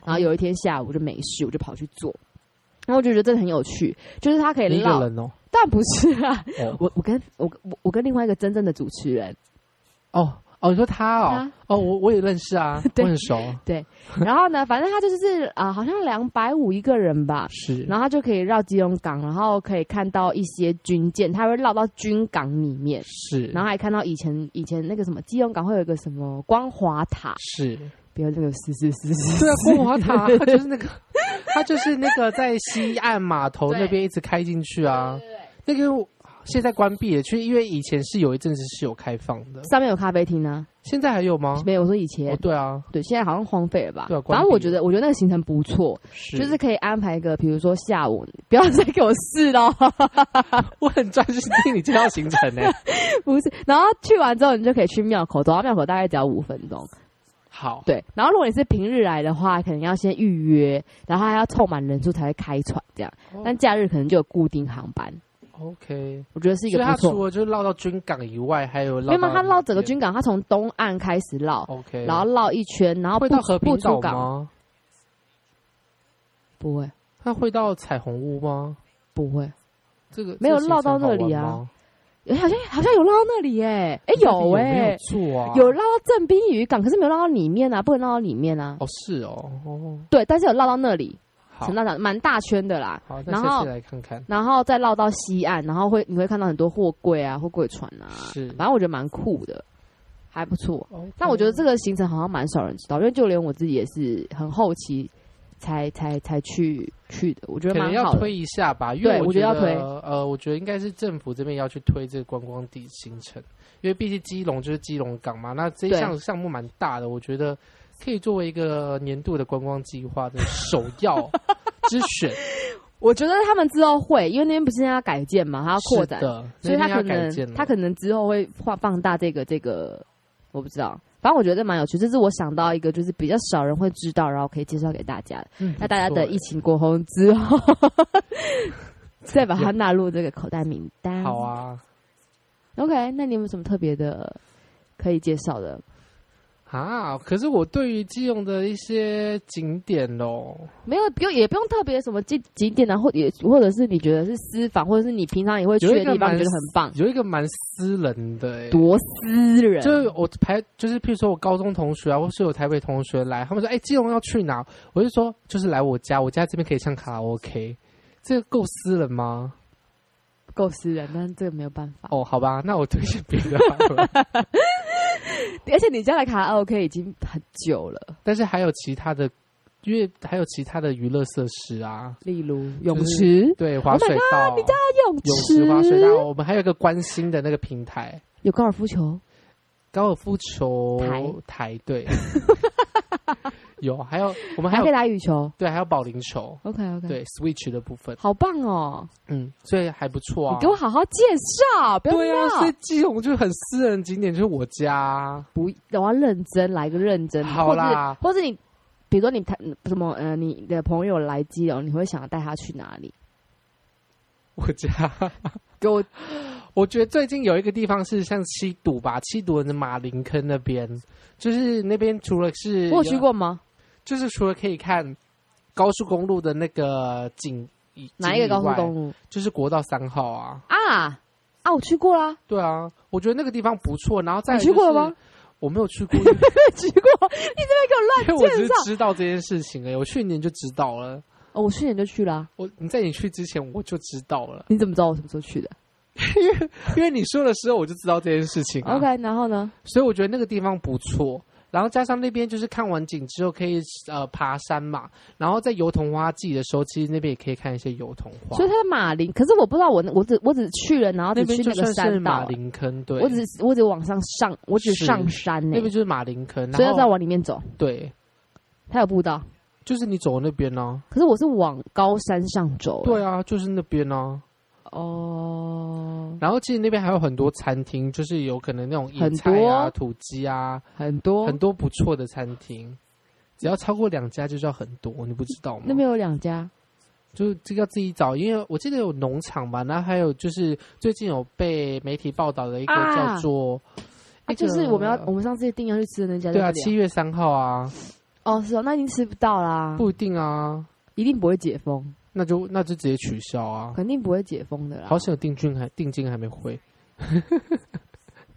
Speaker 1: 然后有一天下午我就没事，我就跑去做。然后我就觉得真的很有趣，就是他可以
Speaker 2: 你一
Speaker 1: 绕
Speaker 2: 个，人哦，
Speaker 1: 但不是啊，
Speaker 2: 哦
Speaker 1: 我我跟我我我跟另外一个真正的主持
Speaker 2: <laughs>
Speaker 1: 人，
Speaker 2: 哦哦，你说他哦
Speaker 1: 他，
Speaker 2: 哦，我我也认识啊，我
Speaker 1: <laughs> 对
Speaker 2: 很熟，
Speaker 1: 然后呢，反正他就是啊、呃好像两百五一个人吧，
Speaker 2: 是，
Speaker 1: 然后他就可以绕基隆港，然后可以看到一些军舰，他会绕到军港里面，
Speaker 2: 是，
Speaker 1: 然后还看到以前以前那个什么基隆港会有一个什么光华塔，
Speaker 2: 是，
Speaker 1: 不要这个是是是是，
Speaker 2: 对啊，光华
Speaker 1: <laughs>
Speaker 2: 塔，它就是那个，它就是那个在西岸码头那边一直开进去啊，那个现在关闭了，其实因为以前是有一阵子是有开放的，
Speaker 1: 上面有咖啡厅呢、
Speaker 2: 现在还有吗？
Speaker 1: 没有，我说以前
Speaker 2: 哦，对啊，
Speaker 1: 对，现在好像荒废了吧
Speaker 2: 对啊？关
Speaker 1: 反正我
Speaker 2: 闭
Speaker 1: 觉得我觉得那个行程不错，
Speaker 2: 是
Speaker 1: 就是可以安排一个，比如说下午，不要再给我试喽。
Speaker 2: 我很专心听你介绍行程呢，
Speaker 1: <laughs> 不是，然后去完之后，你就可以去庙口，走到庙口大概只要五分钟。
Speaker 2: 好，
Speaker 1: 对，然后如果你是平日来的话，可能要先预约，然后还要凑满人数才会开船这样。
Speaker 2: 哦
Speaker 1: 但假日可能就有固定航班，
Speaker 2: ，OK，
Speaker 1: 我觉得是一
Speaker 2: 所
Speaker 1: 个
Speaker 2: 以它
Speaker 1: 不错。
Speaker 2: 除了就是绕到军港以外，还有绕
Speaker 1: 没有，它绕整个
Speaker 2: 哪边
Speaker 1: 军港，它从东岸开始绕，
Speaker 2: ，OK，
Speaker 1: 然后绕一圈，然后不
Speaker 2: 哦会到和
Speaker 1: 不
Speaker 2: 平
Speaker 1: 出
Speaker 2: 岛
Speaker 1: 港，
Speaker 2: 吗？
Speaker 1: 不会
Speaker 2: 那会到彩虹屋吗？
Speaker 1: 不会，
Speaker 2: 这个
Speaker 1: 没有
Speaker 2: 这个行
Speaker 1: 绕到
Speaker 2: 程好
Speaker 1: 那里
Speaker 2: 玩
Speaker 1: 啊
Speaker 2: 吗
Speaker 1: 诶好像好像有绕到那里耶、哎、
Speaker 2: 到底
Speaker 1: 有
Speaker 2: 哦有
Speaker 1: 哎、
Speaker 2: 没有做啊？
Speaker 1: 有绕到正滨渔港，可是没有绕到里面啊，不能绕到里面啊。
Speaker 2: 哦，是哦，哦，
Speaker 1: 对，但是有绕到那里，
Speaker 2: 好
Speaker 1: 陈，道长蛮大圈的啦。
Speaker 2: 好，那
Speaker 1: 然
Speaker 2: 下
Speaker 1: 后
Speaker 2: 次来看看。
Speaker 1: 然后再绕到西岸，然后会你会看到很多货柜啊、货柜船啊，
Speaker 2: 是
Speaker 1: 反正我觉得蛮酷的，还不错。
Speaker 2: OK
Speaker 1: 但我觉得这个行程好像蛮少人知道，因为就连我自己也是很后期才才才去去的，我觉
Speaker 2: 可
Speaker 1: 得
Speaker 2: 能
Speaker 1: 蛮
Speaker 2: 要
Speaker 1: 好的
Speaker 2: 推。一下吧，因
Speaker 1: 对
Speaker 2: 为
Speaker 1: 我
Speaker 2: 觉
Speaker 1: 觉得要推
Speaker 2: 呃，我觉得应该是政府这边要去推这个观光地行程，因为毕竟基隆就是基隆港嘛，那这一
Speaker 1: 对
Speaker 2: 项项目蛮大的，我觉得可以作为一个年度的观光计划的首
Speaker 1: <laughs>
Speaker 2: 要之选。
Speaker 1: 我觉得他们之后会，因为那边不是现在要改建嘛，还要扩展
Speaker 2: 是，的，
Speaker 1: 所以
Speaker 2: 那
Speaker 1: 他
Speaker 2: 一定
Speaker 1: 可
Speaker 2: 要改建
Speaker 1: 能
Speaker 2: 了
Speaker 1: 他可能之后会放放大这个这个，我不知道。反正我觉得蛮有趣，这是我想到一个，就是比较少人会知道，然后可以介绍给大家的。
Speaker 2: 嗯
Speaker 1: 那大家
Speaker 2: 不
Speaker 1: 等
Speaker 2: 错
Speaker 1: 疫情过后之后，再把它纳入这个口袋名单。
Speaker 2: 好啊
Speaker 1: OK，那你有没有什么特别的可以介绍的？
Speaker 2: 啊！可是我对于基隆的一些景点哦，
Speaker 1: 没有，不用，也不用特别什么景景点啊，或也或者是你觉得是私房，或者是你平常也会去
Speaker 2: 有
Speaker 1: 的
Speaker 2: 一个
Speaker 1: 地方，
Speaker 2: 蛮
Speaker 1: 你觉得很棒，
Speaker 2: 有一个蛮私人的、欸，
Speaker 1: 多私人。
Speaker 2: 就是我排，就是譬如说我高中同学啊，或是有台北同学来，他们说：“哎、基隆要去哪？”我就说：“就是来我家，我家这边可以唱卡拉 OK。”这个够私人吗？
Speaker 1: 够私人，但是这个没有办法。
Speaker 2: 哦，好吧，那我推荐别的好了。
Speaker 1: 而且你家的卡拉 OK 已经很久了，
Speaker 2: <laughs> 但是还有其他的，因为还有其他的娱乐设施啊，
Speaker 1: 例如泳
Speaker 2: 就是
Speaker 1: 池、
Speaker 2: 对，滑
Speaker 1: Oh my
Speaker 2: 水道、
Speaker 1: 泳
Speaker 2: 泳池、滑水道，我们还有一个关心的那个平台，
Speaker 1: 有高尔夫球，
Speaker 2: 高尔夫球
Speaker 1: 台
Speaker 2: 台对， <laughs> 有，还有我们还
Speaker 1: 还可以
Speaker 2: 有
Speaker 1: 打羽球。
Speaker 2: 对，还有保龄球，
Speaker 1: OK OK，，
Speaker 2: 对 Switch 的部分，
Speaker 1: 好棒哦！
Speaker 2: 嗯，所以还不错啊。
Speaker 1: 你给我好好介绍，不要
Speaker 2: 对啊，所
Speaker 1: 闹
Speaker 2: 以。基隆就很私人景点，就是我家啊。
Speaker 1: 不，我要认真来个认真的，
Speaker 2: 好啦
Speaker 1: 或者或者你，比如说你谈什么呃，你的朋友来基隆，你会想要带他去哪里？
Speaker 2: 我家， <laughs>
Speaker 1: 给我
Speaker 2: 我觉得最近有一个地方是像七堵吧，七堵的马林坑那边，就是那边除了是
Speaker 1: 我有去，过吗？
Speaker 2: 就是除了可以看高速公路的那个景以
Speaker 1: 哪一个高速公
Speaker 2: 路？
Speaker 1: 路
Speaker 2: 就是国道三号啊。
Speaker 1: 啊？啊，我去过啦，
Speaker 2: 对啊，我觉得那个地方不错。然后再
Speaker 1: 你
Speaker 2: 来
Speaker 1: 去过了
Speaker 2: 就是
Speaker 1: 吗？
Speaker 2: 我没有去
Speaker 1: <laughs>
Speaker 2: 过，
Speaker 1: 去
Speaker 2: <laughs>
Speaker 1: 过，你这边给
Speaker 2: 因为
Speaker 1: 我
Speaker 2: 我
Speaker 1: 乱
Speaker 2: 只
Speaker 1: 介
Speaker 2: 是
Speaker 1: 绍。
Speaker 2: 知道这件事情而已。我去年就知道了。
Speaker 1: 哦，我去年就去啦。
Speaker 2: 我你在你去之前我就知道了，
Speaker 1: 你怎么知道我什么时候去的
Speaker 2: 因为你说的时候我就知道这件事情、啊。
Speaker 1: ？OK，然后呢？
Speaker 2: 所以我觉得那个地方不错。然后加上那边就是看完景之后可以呃爬山嘛，然后在油桐花季的时候，其实那边也可以看一些油桐花
Speaker 1: 所。以它的马林，可是我不知道我那我只我只去了，然后
Speaker 2: 那
Speaker 1: 只
Speaker 2: 边
Speaker 1: 去
Speaker 2: 就
Speaker 1: 那个
Speaker 2: 算是
Speaker 1: 山
Speaker 2: 马
Speaker 1: 道，啊
Speaker 2: 林坑，对，
Speaker 1: 我只我只往上上，我只
Speaker 2: 是
Speaker 1: 上山呢、
Speaker 2: 那边就是马林坑，然
Speaker 1: 所以要再
Speaker 2: 后
Speaker 1: 往里面走，
Speaker 2: 对，
Speaker 1: 它有步道。
Speaker 2: 就是你走那边呢、
Speaker 1: 可是我是往高山上走、欸
Speaker 2: 对，啊，就是那边呢、
Speaker 1: 哦，
Speaker 2: 然后其实那边还有很多餐厅，就是有可能那种野
Speaker 1: 很
Speaker 2: 菜啊、
Speaker 1: 多
Speaker 2: 土鸡啊，
Speaker 1: 很多
Speaker 2: 很多不错的餐厅。只要超过两家就叫很多，你不知道吗？
Speaker 1: 那边有两家，
Speaker 2: 就是这个要自己找，因为我记得有农场吧，然后还有就是最近有被媒体报道的一个
Speaker 1: 啊
Speaker 2: 叫做，
Speaker 1: 啊，
Speaker 2: 那个
Speaker 1: 就是我们要我们上次一定要去吃的那家，
Speaker 2: 对啊，
Speaker 1: 不
Speaker 2: 七月三号啊，
Speaker 1: 哦是哦，那已经吃不到啦，
Speaker 2: 不一定啊，
Speaker 1: 一定不会解封，
Speaker 2: 那就那就直接取消啊。
Speaker 1: 肯定不会解封的啦。
Speaker 2: 好险有定金还定金还没汇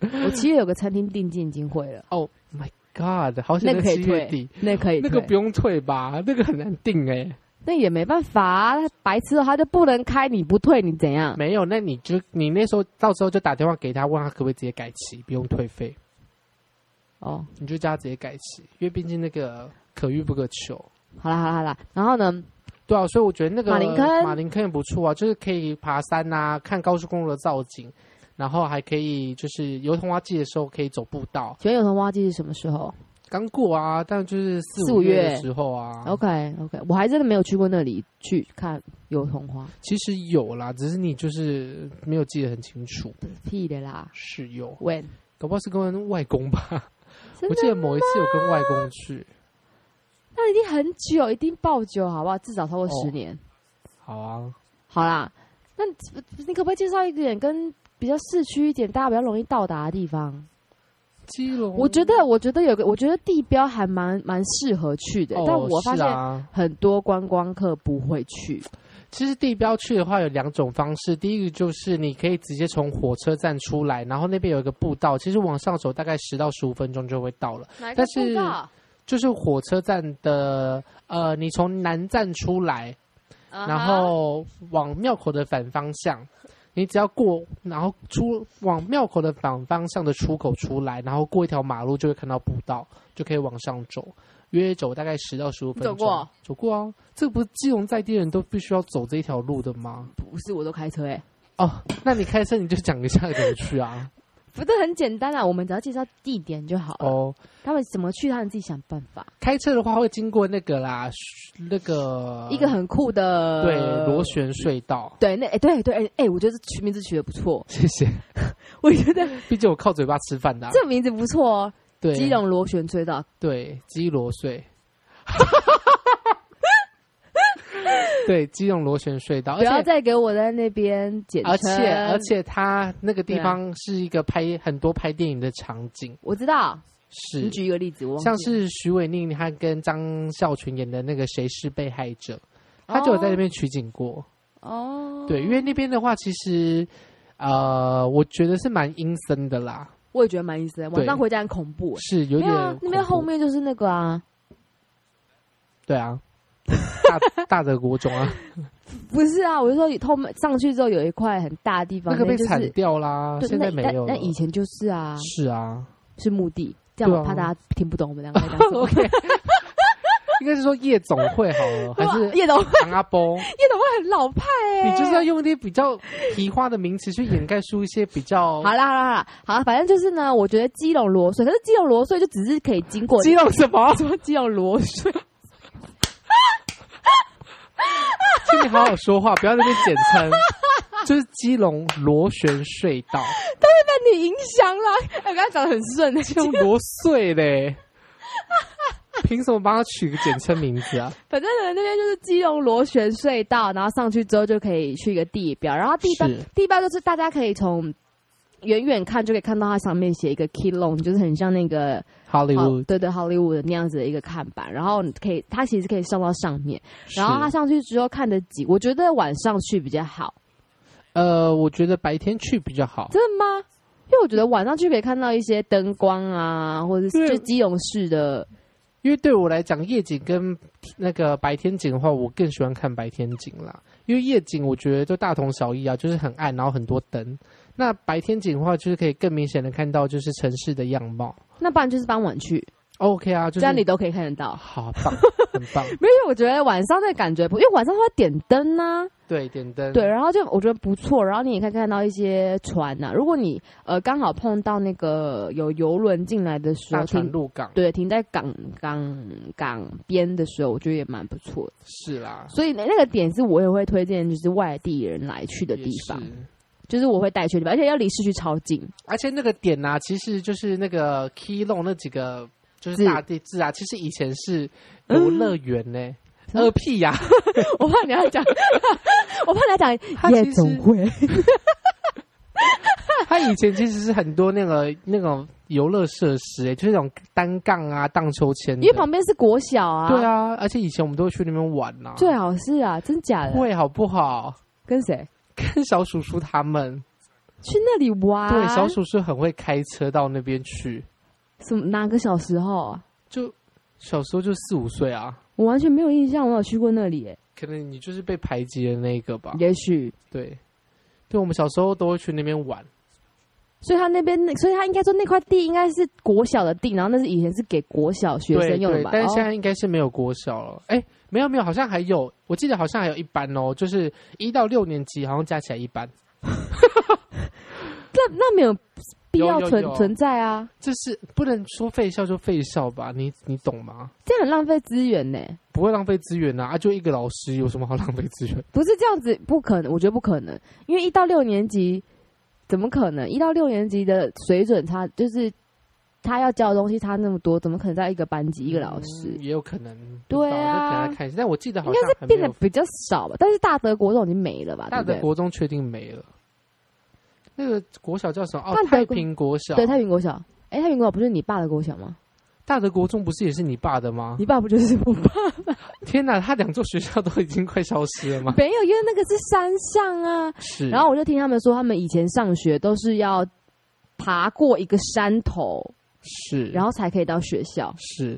Speaker 1: 我七月有个餐厅定金已经会了，
Speaker 2: ，Oh my God，好险
Speaker 1: 那个可
Speaker 2: 在
Speaker 1: 以
Speaker 2: 七
Speaker 1: 退
Speaker 2: 月底，
Speaker 1: 那可以
Speaker 2: 那
Speaker 1: 退，
Speaker 2: 个不用退吧，那个很难定哎、
Speaker 1: 那也没办法、啊，他白痴哦，他就不能开，你不退你怎样？
Speaker 2: 没有，那你就你那时候到时候就打电话给他，问他可不可以直接改期，不用退费，
Speaker 1: 哦，
Speaker 2: 你就叫他直接改期，因为毕竟那个可遇不可求。
Speaker 1: 好啦好啦好啦，然后呢，
Speaker 2: 对啊，所以我觉得那个
Speaker 1: 马林坑
Speaker 2: 马林坑也不错啊，就是可以爬山啊，看高速公路的造景，然后还可以就是油桐花季的时候可以走步道。
Speaker 1: 请问有童花季是什么时候
Speaker 2: 刚过啊，但就是四
Speaker 1: 四
Speaker 2: 五
Speaker 1: 五
Speaker 2: 月
Speaker 1: 月哦
Speaker 2: 的时候啊。
Speaker 1: ？OK OK，我还真的没有去过那里去看油桐花，
Speaker 2: 其实有啦，只是你就是没有记得很清楚。
Speaker 1: 屁的啦
Speaker 2: 是有，
Speaker 1: ，When
Speaker 2: 搞不好是跟外公吧？
Speaker 1: 真
Speaker 2: 我
Speaker 1: 的啊
Speaker 2: 记得某一次有跟外公去。
Speaker 1: 那已经很久，一定爆久，好不好？至少超过
Speaker 2: 哦
Speaker 1: 十年。
Speaker 2: 好啊，
Speaker 1: 好啦，那你你可不可以介绍一点跟比较市区一点，大家比较容易到达的地方？
Speaker 2: 基隆，
Speaker 1: 我觉得，我觉得有个，我觉得地标还蛮蛮适合去的，
Speaker 2: 哦
Speaker 1: 但我发
Speaker 2: 是
Speaker 1: 现
Speaker 2: 啊
Speaker 1: 很多观光客不会去。
Speaker 2: 其实地标去的话有两种方式，第一个就是你可以直接从火车站出来，然后那边有一个步道，其实往上走大概十到十五分钟就会到了。
Speaker 1: 哪
Speaker 2: 个但是步道就是火车站的呃，你从南站出来，然后往庙口的反方向，你只要过，然后出往庙口的反方向的出口出来，然后过一条马路就会看到步道，就可以往上走。约走大概十到十五分钟。
Speaker 1: 你走过？
Speaker 2: 走过啊！这不是基隆在地人都必须要走这一条路的吗？
Speaker 1: 不是，我都开车哎、欸，
Speaker 2: 哦，那你开车你就讲一下怎么
Speaker 1: <laughs>
Speaker 2: 去啊？
Speaker 1: 不是很简单啊，我们只要介绍地点就好了。
Speaker 2: 哦，
Speaker 1: 他们怎么去，他们自己想办法。
Speaker 2: 开车的话会经过那个啦，那个
Speaker 1: 一个很酷的
Speaker 2: 啊对螺，旋隧道。
Speaker 1: 对，那哎、对对哎哎、我觉得这取名字取的不错，
Speaker 2: 谢谢，
Speaker 1: 我觉得
Speaker 2: 毕竟我靠嘴巴吃饭的啊、
Speaker 1: 这名字不错哦，
Speaker 2: 对
Speaker 1: 基隆螺旋隧道，
Speaker 2: 对基
Speaker 1: <laughs>
Speaker 2: 罗隧，对基隆螺旋隧道，
Speaker 1: 不要
Speaker 2: 而且
Speaker 1: 再给我在那边简称。
Speaker 2: 而且而，且它那个地方是一个拍很多拍电影的场景，
Speaker 1: 我知道，你
Speaker 2: 是
Speaker 1: 举一个例子，我忘记
Speaker 2: 像
Speaker 1: 了
Speaker 2: 是徐伟宁他跟张孝全演的那个《谁是被害者》，他就有在那边取景过。
Speaker 1: 哦，
Speaker 2: 对，因为那边的话，其实呃，我觉得是蛮阴森的啦，
Speaker 1: 我也觉得蛮意思的，晚上回家很恐怖。
Speaker 2: 是有
Speaker 1: 没
Speaker 2: 点
Speaker 1: 有啊，那
Speaker 2: 恐
Speaker 1: 边
Speaker 2: 怖
Speaker 1: 后面就是那个啊，<laughs>
Speaker 2: 对啊，大大的国中啊，
Speaker 1: 不是啊，我是说后面上去之后有一块很大的地方，
Speaker 2: 那个被
Speaker 1: 就是
Speaker 2: 铲掉啦，
Speaker 1: 对
Speaker 2: 现在
Speaker 1: 那
Speaker 2: 没
Speaker 1: 但
Speaker 2: 有了
Speaker 1: 那以前就是啊，<laughs>
Speaker 2: 是啊
Speaker 1: 是墓地，这样
Speaker 2: 对
Speaker 1: 我
Speaker 2: 啊
Speaker 1: 怕大家听不懂我们两个在讲什
Speaker 2: <laughs>
Speaker 1: 么。 <laughs>
Speaker 2: ，OK，应该是说夜总会好了，还是
Speaker 1: 叶董，
Speaker 2: 唐阿
Speaker 1: <laughs>
Speaker 2: 波？
Speaker 1: 叶董会很老派哎、
Speaker 2: 你就是要用一些比较皮花的名词去掩盖出一些比
Speaker 1: <laughs>
Speaker 2: 较
Speaker 1: 好啦好啦好啦，好啦，反正就是呢，我觉得基隆罗穗，可是基隆罗穗就只是可以经过
Speaker 2: 激动什么？
Speaker 1: 什么基隆罗穗， <laughs> 哎
Speaker 2: 请你好好说话，不要在那边简称。 <laughs> 就是基隆螺旋隧道，
Speaker 1: 那你影响啦。哎我刚才讲的很顺的，
Speaker 2: 用螺碎嘞，凭什么帮他取个简称名字啊？
Speaker 1: 反正呢那边就是基隆螺旋隧道，然后上去之后就可以去一个地标，然后地标
Speaker 2: 是
Speaker 1: 地标就是大家可以从。远远看就可以看到它上面写一个 Kilon，就是很像那个
Speaker 2: 好
Speaker 1: <laughs>
Speaker 2: 莱
Speaker 1: 好
Speaker 2: 坞，
Speaker 1: 对对好莱坞的那样子的一个看板，然后你可以它其实可以上到上面，然后它
Speaker 2: 是
Speaker 1: 上去之后看得几，我觉得晚上去比较好，
Speaker 2: 呃，我觉得白天去比较好。
Speaker 1: 真的吗？因为我觉得晚上去可以看到一些灯光啊，或者
Speaker 2: 对
Speaker 1: 是就基隆市的，
Speaker 2: 因为对我来讲，夜景跟那个白天景的话，我更喜欢看白天景啦。因为夜景我觉得就大同小异啊，就是很暗，然后很多灯。那白天景的话，就是可以更明显的看到就是城市的样貌。
Speaker 1: 那不然就是傍晚去，
Speaker 2: OK 啊，就是
Speaker 1: 这样你都可以看得到。
Speaker 2: 好棒，很
Speaker 1: <laughs>
Speaker 2: 棒。
Speaker 1: 没有，因为我觉得晚上的感觉不，因为晚上它会点灯啊呐、
Speaker 2: 对，点灯。
Speaker 1: 对，，然后就我觉得不错，然后你也可以看到一些船呐、如果你呃刚好碰到那个有游轮进来的时
Speaker 2: 大
Speaker 1: 候，
Speaker 2: 船
Speaker 1: 停
Speaker 2: 入港
Speaker 1: 对停在港港港边的时候，我觉得也蛮不错的。
Speaker 2: 是啦，
Speaker 1: 所以那那个点是我也会推荐，就是外地人来去的
Speaker 2: 也
Speaker 1: 地方，
Speaker 2: 是
Speaker 1: 就是我会带去的地方，而且要离市区超近。
Speaker 2: 而且那个点呢、啊，其实就是那个 Key l o n 那几个就是
Speaker 1: 字嗯
Speaker 2: 大地字啊，其实以前是游乐园呢、
Speaker 1: 什么
Speaker 2: 呃屁呀、 <laughs>
Speaker 1: <laughs> 我怕你要讲，我怕你要
Speaker 2: 它
Speaker 1: 讲
Speaker 2: 其
Speaker 1: 夜
Speaker 2: 实嗯
Speaker 1: 总会，
Speaker 2: 它以前其实是很多那个那种游乐设施、欸，就是那种单杠啊、荡秋千的，
Speaker 1: 因为旁边是国小啊。
Speaker 2: 对，啊，而且以前我们都会去那边玩呐、啊，
Speaker 1: 最好是啊，真假的？
Speaker 2: 会好不好？ <laughs>
Speaker 1: 跟谁
Speaker 2: 跟小叔叔他们，
Speaker 1: 去那里玩？
Speaker 2: 对，小叔叔很会开车到那边去，
Speaker 1: 什么哪个小时候啊？
Speaker 2: 就小时候就四五岁啊，
Speaker 1: 我完全没有印象，我有去过那里耶。
Speaker 2: 可能你就是被排挤的那一个吧，
Speaker 1: 也许，
Speaker 2: 对，对，我们小时候都会去那边玩。
Speaker 1: 所以他那边那，所以他应该说那块地应该是国小的地，然后那是以前是给国小学
Speaker 2: 对
Speaker 1: 生用的
Speaker 2: 对，
Speaker 1: 吧？
Speaker 2: 但是现
Speaker 1: 哦、
Speaker 2: 在应该是没有国小了。哎、没有没有，好像还有，我记得好像还有一班哦，就是一到六年级，好像加起来一班。
Speaker 1: 那那没有必要
Speaker 2: 有有
Speaker 1: 存
Speaker 2: 有
Speaker 1: 存在啊，
Speaker 2: 这是不能说废校就废校吧？你你懂吗？
Speaker 1: 这样很浪费资源呢。
Speaker 2: 不会浪费资源呐、啊，就一个老师有什么好浪费资源？
Speaker 1: 不是这样子，不可能，我觉得不可能，因为一到六年级怎么可能？一到六年级的水准差就是。他要教的东西差那么多，怎么可能在一个班级一个老师？
Speaker 2: 嗯也有可能，
Speaker 1: 对
Speaker 2: 不知道
Speaker 1: 啊
Speaker 2: 就可能看一下。但我记得
Speaker 1: 应
Speaker 2: 好像
Speaker 1: 该
Speaker 2: 还
Speaker 1: 是变
Speaker 2: 没
Speaker 1: 得
Speaker 2: 有
Speaker 1: 比较少吧。但是大德国这种已经没了吧？
Speaker 2: 啊大
Speaker 1: 对不
Speaker 2: 的
Speaker 1: 对
Speaker 2: 国中确定没了。那个国小叫什么？哦
Speaker 1: 大，德
Speaker 2: 太
Speaker 1: 国
Speaker 2: 平国小。
Speaker 1: 对，太平国小。哎、太平国小不是你爸的国小吗？
Speaker 2: 大德国中不是也是你爸的吗？
Speaker 1: 你爸不就是我
Speaker 2: <laughs>
Speaker 1: 爸？
Speaker 2: 天哪，他两座学校都已经快消失了吗？
Speaker 1: 没有，因为那个是山上啊。
Speaker 2: 是。
Speaker 1: 然后我就听他们说，他们以前上学都是要爬过一个山头，
Speaker 2: 是，
Speaker 1: 然后才可以到学校。
Speaker 2: 是。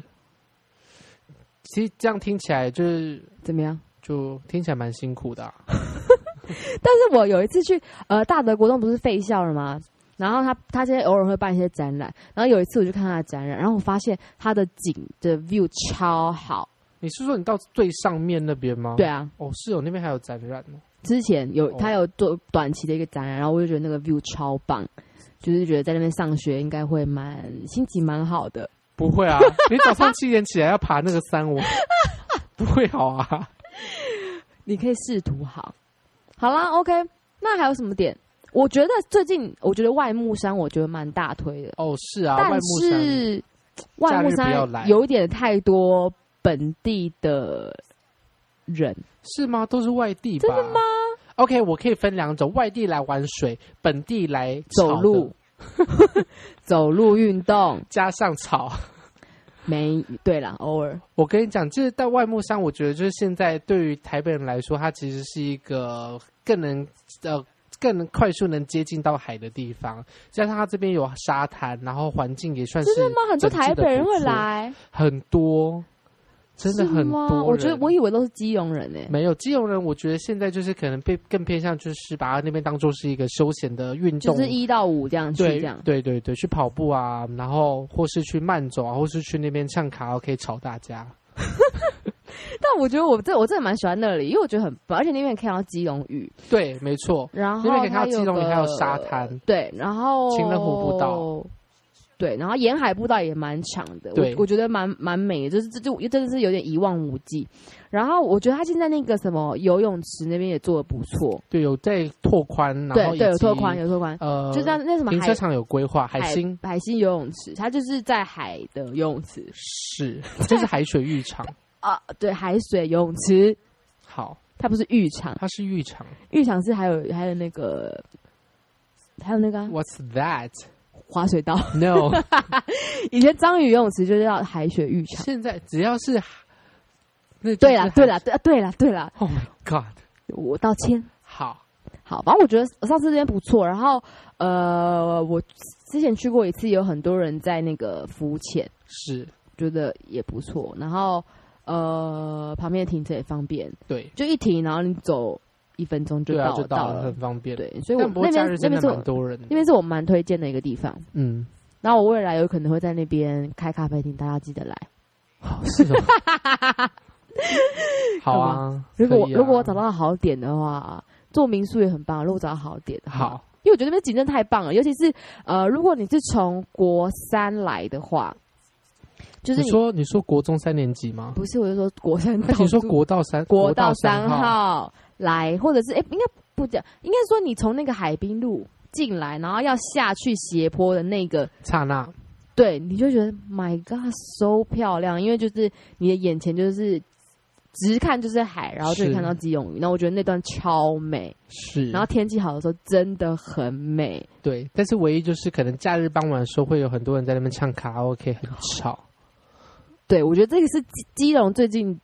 Speaker 2: 其实这样听起来就是
Speaker 1: 怎么样？
Speaker 2: 就听起来蛮辛苦的啊、
Speaker 1: 但是我有一次去呃大德国中不是废校了吗？然后他他现在偶尔会办一些展览，然后有一次我就看他的展览，然后我发现他的景的 view 超好。
Speaker 2: 你是说你到最上面那边吗？
Speaker 1: 对。啊，
Speaker 2: 哦，是哦，那边还有展览哦。
Speaker 1: 之前有
Speaker 2: 哦
Speaker 1: 他有做短期的一个展览，然后我就觉得那个 view 超棒，就是觉得在那边上学应该会蛮心情蛮好的。
Speaker 2: 不会啊， <laughs> 你早上七点起来要爬那个山， <laughs> 我不会好啊。
Speaker 1: 你可以试图好。好啦，OK，那还有什么点？我觉得最近，我觉得外木山，我觉得蛮大推的，
Speaker 2: 哦，是啊，外
Speaker 1: 但
Speaker 2: 木山
Speaker 1: 是外木
Speaker 2: 假日不要
Speaker 1: 山
Speaker 2: 来
Speaker 1: 有一点太多本地的人，
Speaker 2: 是吗？都是外地吧？真的吗？OK，我可以分两种：外地来玩水，本地来
Speaker 1: 走
Speaker 2: 吵的
Speaker 1: 路， <laughs> 走路运动
Speaker 2: 加上草。
Speaker 1: 没对啦，偶尔
Speaker 2: 我跟你讲，就是到外木山，我觉得就是现在对于台北人来说，它其实是一个更能呃更能快速能接近到海的地方，加上它这边有沙滩，然后环境也算是
Speaker 1: 真的吗？很多
Speaker 2: 整治
Speaker 1: 台
Speaker 2: 得
Speaker 1: 北人
Speaker 2: 不
Speaker 1: 会
Speaker 2: 错，
Speaker 1: 来，
Speaker 2: 很多，真的
Speaker 1: 是
Speaker 2: 很
Speaker 1: 吗
Speaker 2: 多人。
Speaker 1: 我觉得我以为都是基隆人呢、
Speaker 2: 没有基隆人，我觉得现在就是可能被更偏向就是把它那边当做是一个休闲的运
Speaker 1: 就
Speaker 2: 动。
Speaker 1: 是一到五这样去
Speaker 2: 对
Speaker 1: 这样。
Speaker 2: 对对对，去跑步啊，然后或是去慢走啊，或是去那边唱卡拉 OK 吵大家。
Speaker 1: 但我觉得我这我真的蛮喜欢那里，因为我觉得很棒，而且那边可以看到基隆屿。
Speaker 2: 对，没错。
Speaker 1: 然后
Speaker 2: 那边可以看到
Speaker 1: 它有
Speaker 2: 基隆屿
Speaker 1: 个
Speaker 2: 还有沙滩，
Speaker 1: 对，然后
Speaker 2: 晴乐湖步道，
Speaker 1: 对，然后沿海步道也蛮长的，
Speaker 2: 对
Speaker 1: 我我觉得蛮蛮美的，就是这就真的是有点一望无际。然后我觉得它现在那个什么游泳池那边也做的不错，
Speaker 2: 对，有在拓宽，然后
Speaker 1: 对
Speaker 2: 以
Speaker 1: 对，有
Speaker 2: 及
Speaker 1: 拓宽有拓宽，
Speaker 2: 呃，
Speaker 1: 就像那什么
Speaker 2: 停
Speaker 1: 海
Speaker 2: 车场有规划，海星
Speaker 1: 海星游泳池，它就是在海的游泳池
Speaker 2: 是，这是海水浴场。
Speaker 1: 啊，对，海水游泳池，
Speaker 2: 好，
Speaker 1: 它不是浴场，
Speaker 2: 它是浴场，
Speaker 1: 浴场是还有还有那个还有那个啊
Speaker 2: What's that?
Speaker 1: 滑水道， <laughs>
Speaker 2: No，
Speaker 1: 以前章鱼游泳池就叫海水浴场。
Speaker 2: 现在只要是那
Speaker 1: 对啦，对
Speaker 2: 了
Speaker 1: 啦，对啊对啦，对啦，
Speaker 2: ，Oh my God！
Speaker 1: 我道歉。
Speaker 2: 好，
Speaker 1: 好，反正我觉得上次这边不错。然后呃，我之前去过一次，有很多人在那个浮潜，
Speaker 2: 是
Speaker 1: 觉得也不错。然后呃，旁边停车也方便，
Speaker 2: 对，
Speaker 1: 就一停，然后你走一分钟就
Speaker 2: 对啊，
Speaker 1: 到
Speaker 2: 就
Speaker 1: 到
Speaker 2: 了，很方便。
Speaker 1: 对，所以我
Speaker 2: 但不过
Speaker 1: 那
Speaker 2: 假
Speaker 1: 边
Speaker 2: 日
Speaker 1: 那
Speaker 2: 真
Speaker 1: 边
Speaker 2: 的
Speaker 1: 是
Speaker 2: 蛮
Speaker 1: 我
Speaker 2: 多人的，
Speaker 1: 那边是我蛮推荐的一个地方。
Speaker 2: 嗯，
Speaker 1: 然后我未来有可能会在那边开咖啡厅，大家记得来。
Speaker 2: 好是
Speaker 1: <laughs>
Speaker 2: 哦，好啊。
Speaker 1: 如果我、
Speaker 2: 可以啊
Speaker 1: 如果我找到好点的话，做民宿也很棒。如果找到好点的话，
Speaker 2: 好，
Speaker 1: 因为我觉得那边景真的太棒了，尤其是呃，如果你是从国三来的话，就是
Speaker 2: 你
Speaker 1: 你
Speaker 2: 说你说国中三年级吗？
Speaker 1: 不是，我就说国
Speaker 2: <laughs>
Speaker 1: 三
Speaker 2: 哎
Speaker 1: 到
Speaker 2: 你说
Speaker 1: 处
Speaker 2: 国道三
Speaker 1: 国道
Speaker 2: 道
Speaker 1: 三
Speaker 2: 号
Speaker 1: 号来，或者是哎、应该不讲，应该说你从那个海滨路进来，然后要下去斜坡的那个
Speaker 2: 刹那，
Speaker 1: 对，你就觉得 My God，so 漂亮，因为就是你的眼前就是直看就是海，然后就是看到基隆鱼。那我觉得那段超美，
Speaker 2: 是，
Speaker 1: 然后天气好的时候真的很美。
Speaker 2: 对，但是唯一就是可能假日傍晚的时候会有很多人在那边唱卡拉 OK，很
Speaker 1: 哦
Speaker 2: 吵。
Speaker 1: 对，我觉得这个是基基隆最近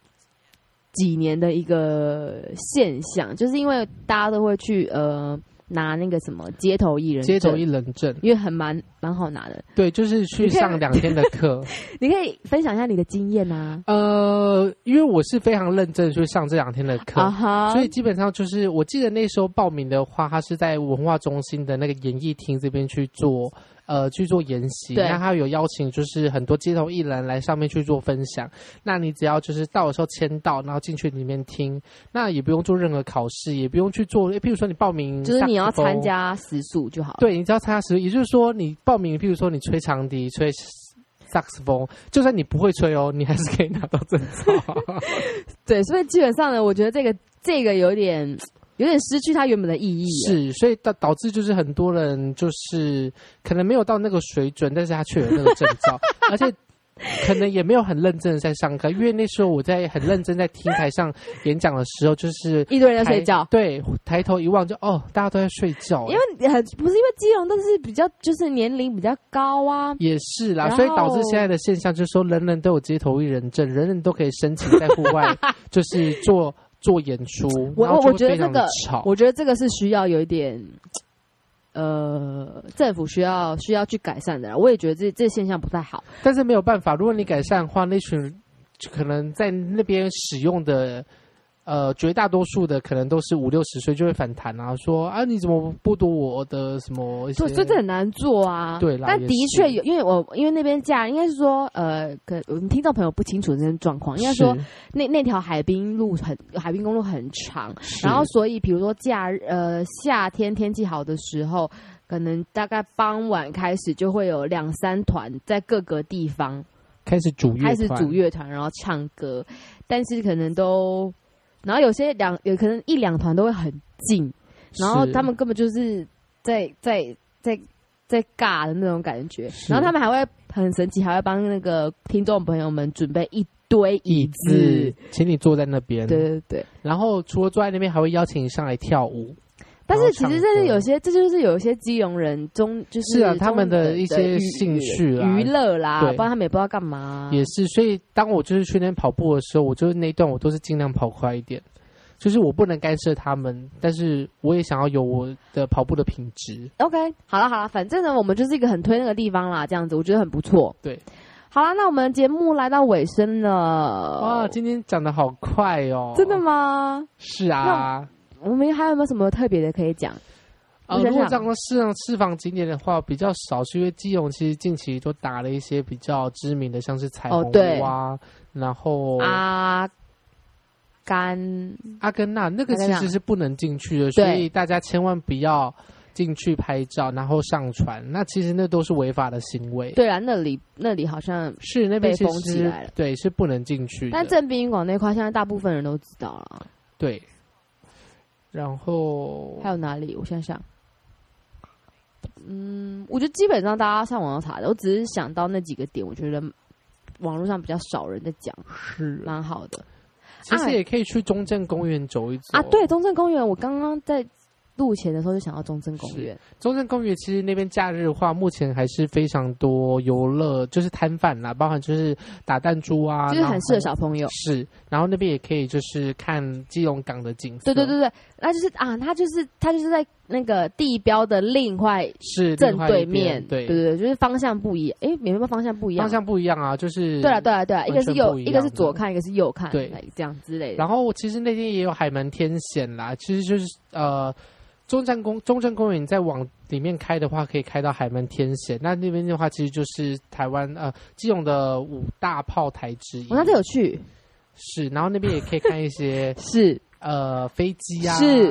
Speaker 1: 几年的一个现象，就是因为大家都会去呃拿那个什么街头艺人
Speaker 2: 街头
Speaker 1: 证
Speaker 2: 一冷震，
Speaker 1: 因为很蛮蛮好拿的，
Speaker 2: 对，就是去
Speaker 1: 你可以
Speaker 2: 上两天的课。
Speaker 1: <laughs> 你可以分享一下你的经验啊。
Speaker 2: 呃，因为我是非常认真地去上这两天的课。
Speaker 1: 啊哈！
Speaker 2: 所以基本上就是，我记得那时候报名的话，他是在文化中心的那个演艺厅这边去做，呃，去做研习。
Speaker 1: 对
Speaker 2: 那他有邀请就是很多街头艺人来上面去做分享。那你只要就是到的时候签到，然后进去里面听，那也不用做任何考试，也不用去做。诶譬如说你报名，
Speaker 1: 就是你要
Speaker 2: 哦
Speaker 1: 参。加时速就好了。
Speaker 2: 对，你只要参加实，也就是说你报名，譬如说你吹长笛、吹萨克斯风，就算你不会吹哦，你还是可以拿到证照。
Speaker 1: 对，所以基本上呢，我觉得这个这个有点有点失去它原本的意义了。
Speaker 2: 是，所以导导致就是很多人就是可能没有到那个水准，但是他却有那个证
Speaker 1: <laughs>
Speaker 2: 照，而且。可能也没有很认真的在上课，因为那时候我在很认真在听台上演讲的时候，就是
Speaker 1: 一堆人在睡觉
Speaker 2: 抬，对，抬头一望就哦，大家都在睡觉，欸
Speaker 1: 因为很不是因为基隆，但是比较就是年龄比较高啊。
Speaker 2: 也是啦，
Speaker 1: 然
Speaker 2: 所以导致
Speaker 1: 后
Speaker 2: 现在的现象就是说，人人都有街头艺人证，人人都可以申请在户
Speaker 1: <laughs>
Speaker 2: 外，就是做做演出。
Speaker 1: 我
Speaker 2: 然后
Speaker 1: 我我
Speaker 2: 就会
Speaker 1: 觉得
Speaker 2: 非
Speaker 1: 这
Speaker 2: 常地
Speaker 1: 个
Speaker 2: 吵，
Speaker 1: 我觉得这个是需要有一点，呃，政府需要需要去改善的啦。我也觉得这这现象不太好。
Speaker 2: 但是没有办法，如果你改善的话，那群就可能在那边使用的，呃，绝大多数的可能都是五六十岁就会反弹啊，说啊你怎么剥夺我的什么一些？
Speaker 1: 对，所以这很难做啊。
Speaker 2: 对啦
Speaker 1: 但
Speaker 2: 也
Speaker 1: 的
Speaker 2: 是
Speaker 1: 确有，因为我因为那边假，应该是说，呃，可我们听众朋友不清楚这些状况，应该说那那条海滨路很海滨公路很长，
Speaker 2: 是，是
Speaker 1: 然后所以比如说假日呃夏天天气好的时候，可能大概傍晚开始就会有两三团在各个地方
Speaker 2: 开始主乐
Speaker 1: 开始
Speaker 2: 团
Speaker 1: 组乐团，然后唱歌，但是可能都，然后有些两有可能一两团都会很近，然后
Speaker 2: 是
Speaker 1: 他们根本就是在在在在尬的那种感觉，
Speaker 2: 是
Speaker 1: 然后他们还会很神奇，还会帮那个听众朋友们准备一堆
Speaker 2: 椅子，请你坐在那边。
Speaker 1: 嗯对，对对。
Speaker 2: 然后除了坐在那边，还会邀请你上来跳舞。
Speaker 1: 但是
Speaker 2: 然后
Speaker 1: 其实
Speaker 2: 唱
Speaker 1: 这是
Speaker 2: 歌
Speaker 1: 有些，这就是有一些基隆人中就是
Speaker 2: 是啊他
Speaker 1: 中
Speaker 2: 们的
Speaker 1: 等
Speaker 2: 一些
Speaker 1: 娱
Speaker 2: 兴趣啊
Speaker 1: 娱乐啦，
Speaker 2: 对
Speaker 1: 不然他们也不知道干嘛。
Speaker 2: 也是，所以当我就是去那边跑步的时候，我就是那一段我都是尽量跑快一点，就是我不能干涉他们，但是我也想要有我的跑步的品质。
Speaker 1: OK，好了好了，反正呢，我们就是一个很推那个地方啦，这样子我觉得很不错。
Speaker 2: 对，
Speaker 1: 好啦，那我们节目来到尾声了，
Speaker 2: 哇，今天讲的好快哦！
Speaker 1: 呃真的？吗？
Speaker 2: 是啊。
Speaker 1: 我们还有没有什么特别的可以讲？
Speaker 2: 呃
Speaker 1: 我，想
Speaker 2: 如果
Speaker 1: 想
Speaker 2: 讲到市场市房景点的话，比较少，是因为基隆其实近期都打了一些比较知名的，像是彩
Speaker 1: 哦
Speaker 2: 虹
Speaker 1: 对啊
Speaker 2: 屋啊，然后
Speaker 1: 阿甘，
Speaker 2: 阿根纳那个
Speaker 1: 阿根
Speaker 2: 其
Speaker 1: 纳
Speaker 2: 实是不能进去
Speaker 1: 对
Speaker 2: 的，所以大家千万不要进去拍照，然后上传，那其实那都是违法的行为。
Speaker 1: 对啦，啊那里那里好像，
Speaker 2: 是那
Speaker 1: 被
Speaker 2: 边其
Speaker 1: 封起
Speaker 2: 实
Speaker 1: 来了
Speaker 2: 对，是不能进去的。哦
Speaker 1: 但正滨广那块现在大部分人都知道了。
Speaker 2: 对，然后
Speaker 1: 还有哪里？我想想，嗯，我觉得基本上大家上网要查的，我只是想到那几个点，我觉得网络上比较少人在讲，
Speaker 2: 是，
Speaker 1: 蛮好的
Speaker 2: 其
Speaker 1: 啊
Speaker 2: 实也可以去中正公园走一走
Speaker 1: 啊。对，中正公园，我刚刚在路前的时候就想到中正公园，
Speaker 2: 中正公园其实那边假日的话，目前还是非常多游乐，就是摊贩啦，包含就是打弹珠啊，
Speaker 1: 就是
Speaker 2: 然
Speaker 1: 很
Speaker 2: 后
Speaker 1: 适合小朋友。
Speaker 2: 是，然后那边也可以就是看基隆港的景色，
Speaker 1: 对对，对对，那就是啊，它就是它就是在那个地标的另外
Speaker 2: 是
Speaker 1: 正
Speaker 2: 另外一
Speaker 1: 对
Speaker 2: 边
Speaker 1: 面，
Speaker 2: 对
Speaker 1: 对对，就是方向不一样。哎，你们方向不一样
Speaker 2: 方？向不一样啊，就是
Speaker 1: 对了对了对了，一个是
Speaker 2: 完全
Speaker 1: 右，
Speaker 2: 不一
Speaker 1: 一
Speaker 2: 样
Speaker 1: 个是左看，一个是右看，
Speaker 2: 对，
Speaker 1: 这样之类的。
Speaker 2: 然后其实那天也有海门天险啦，其实就是呃，中正公中正公园你再往里面开的话，可以开到海门天险。那那边的话，其实就是台湾呃基隆的五大炮台之一。
Speaker 1: 我哦那次有去，
Speaker 2: 是，然后那边也可以看一
Speaker 1: <laughs>
Speaker 2: 些
Speaker 1: 是
Speaker 2: 呃飞机啊，
Speaker 1: 是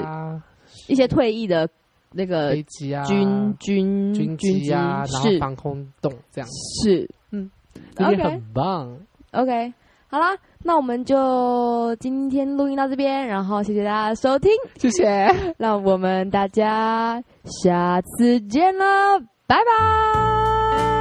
Speaker 1: 一些退役的那个
Speaker 2: 飞机啊，
Speaker 1: 军军
Speaker 2: 军
Speaker 1: 军
Speaker 2: 机啊，然后
Speaker 1: 是
Speaker 2: 防空洞这样，
Speaker 1: 是，
Speaker 2: 嗯这边
Speaker 1: OK
Speaker 2: 很棒。
Speaker 1: OK，好啦，那我们就今天录音到这边，然后谢谢大家的收听，
Speaker 2: 谢谢，
Speaker 1: 那我们大家下次见了，拜拜。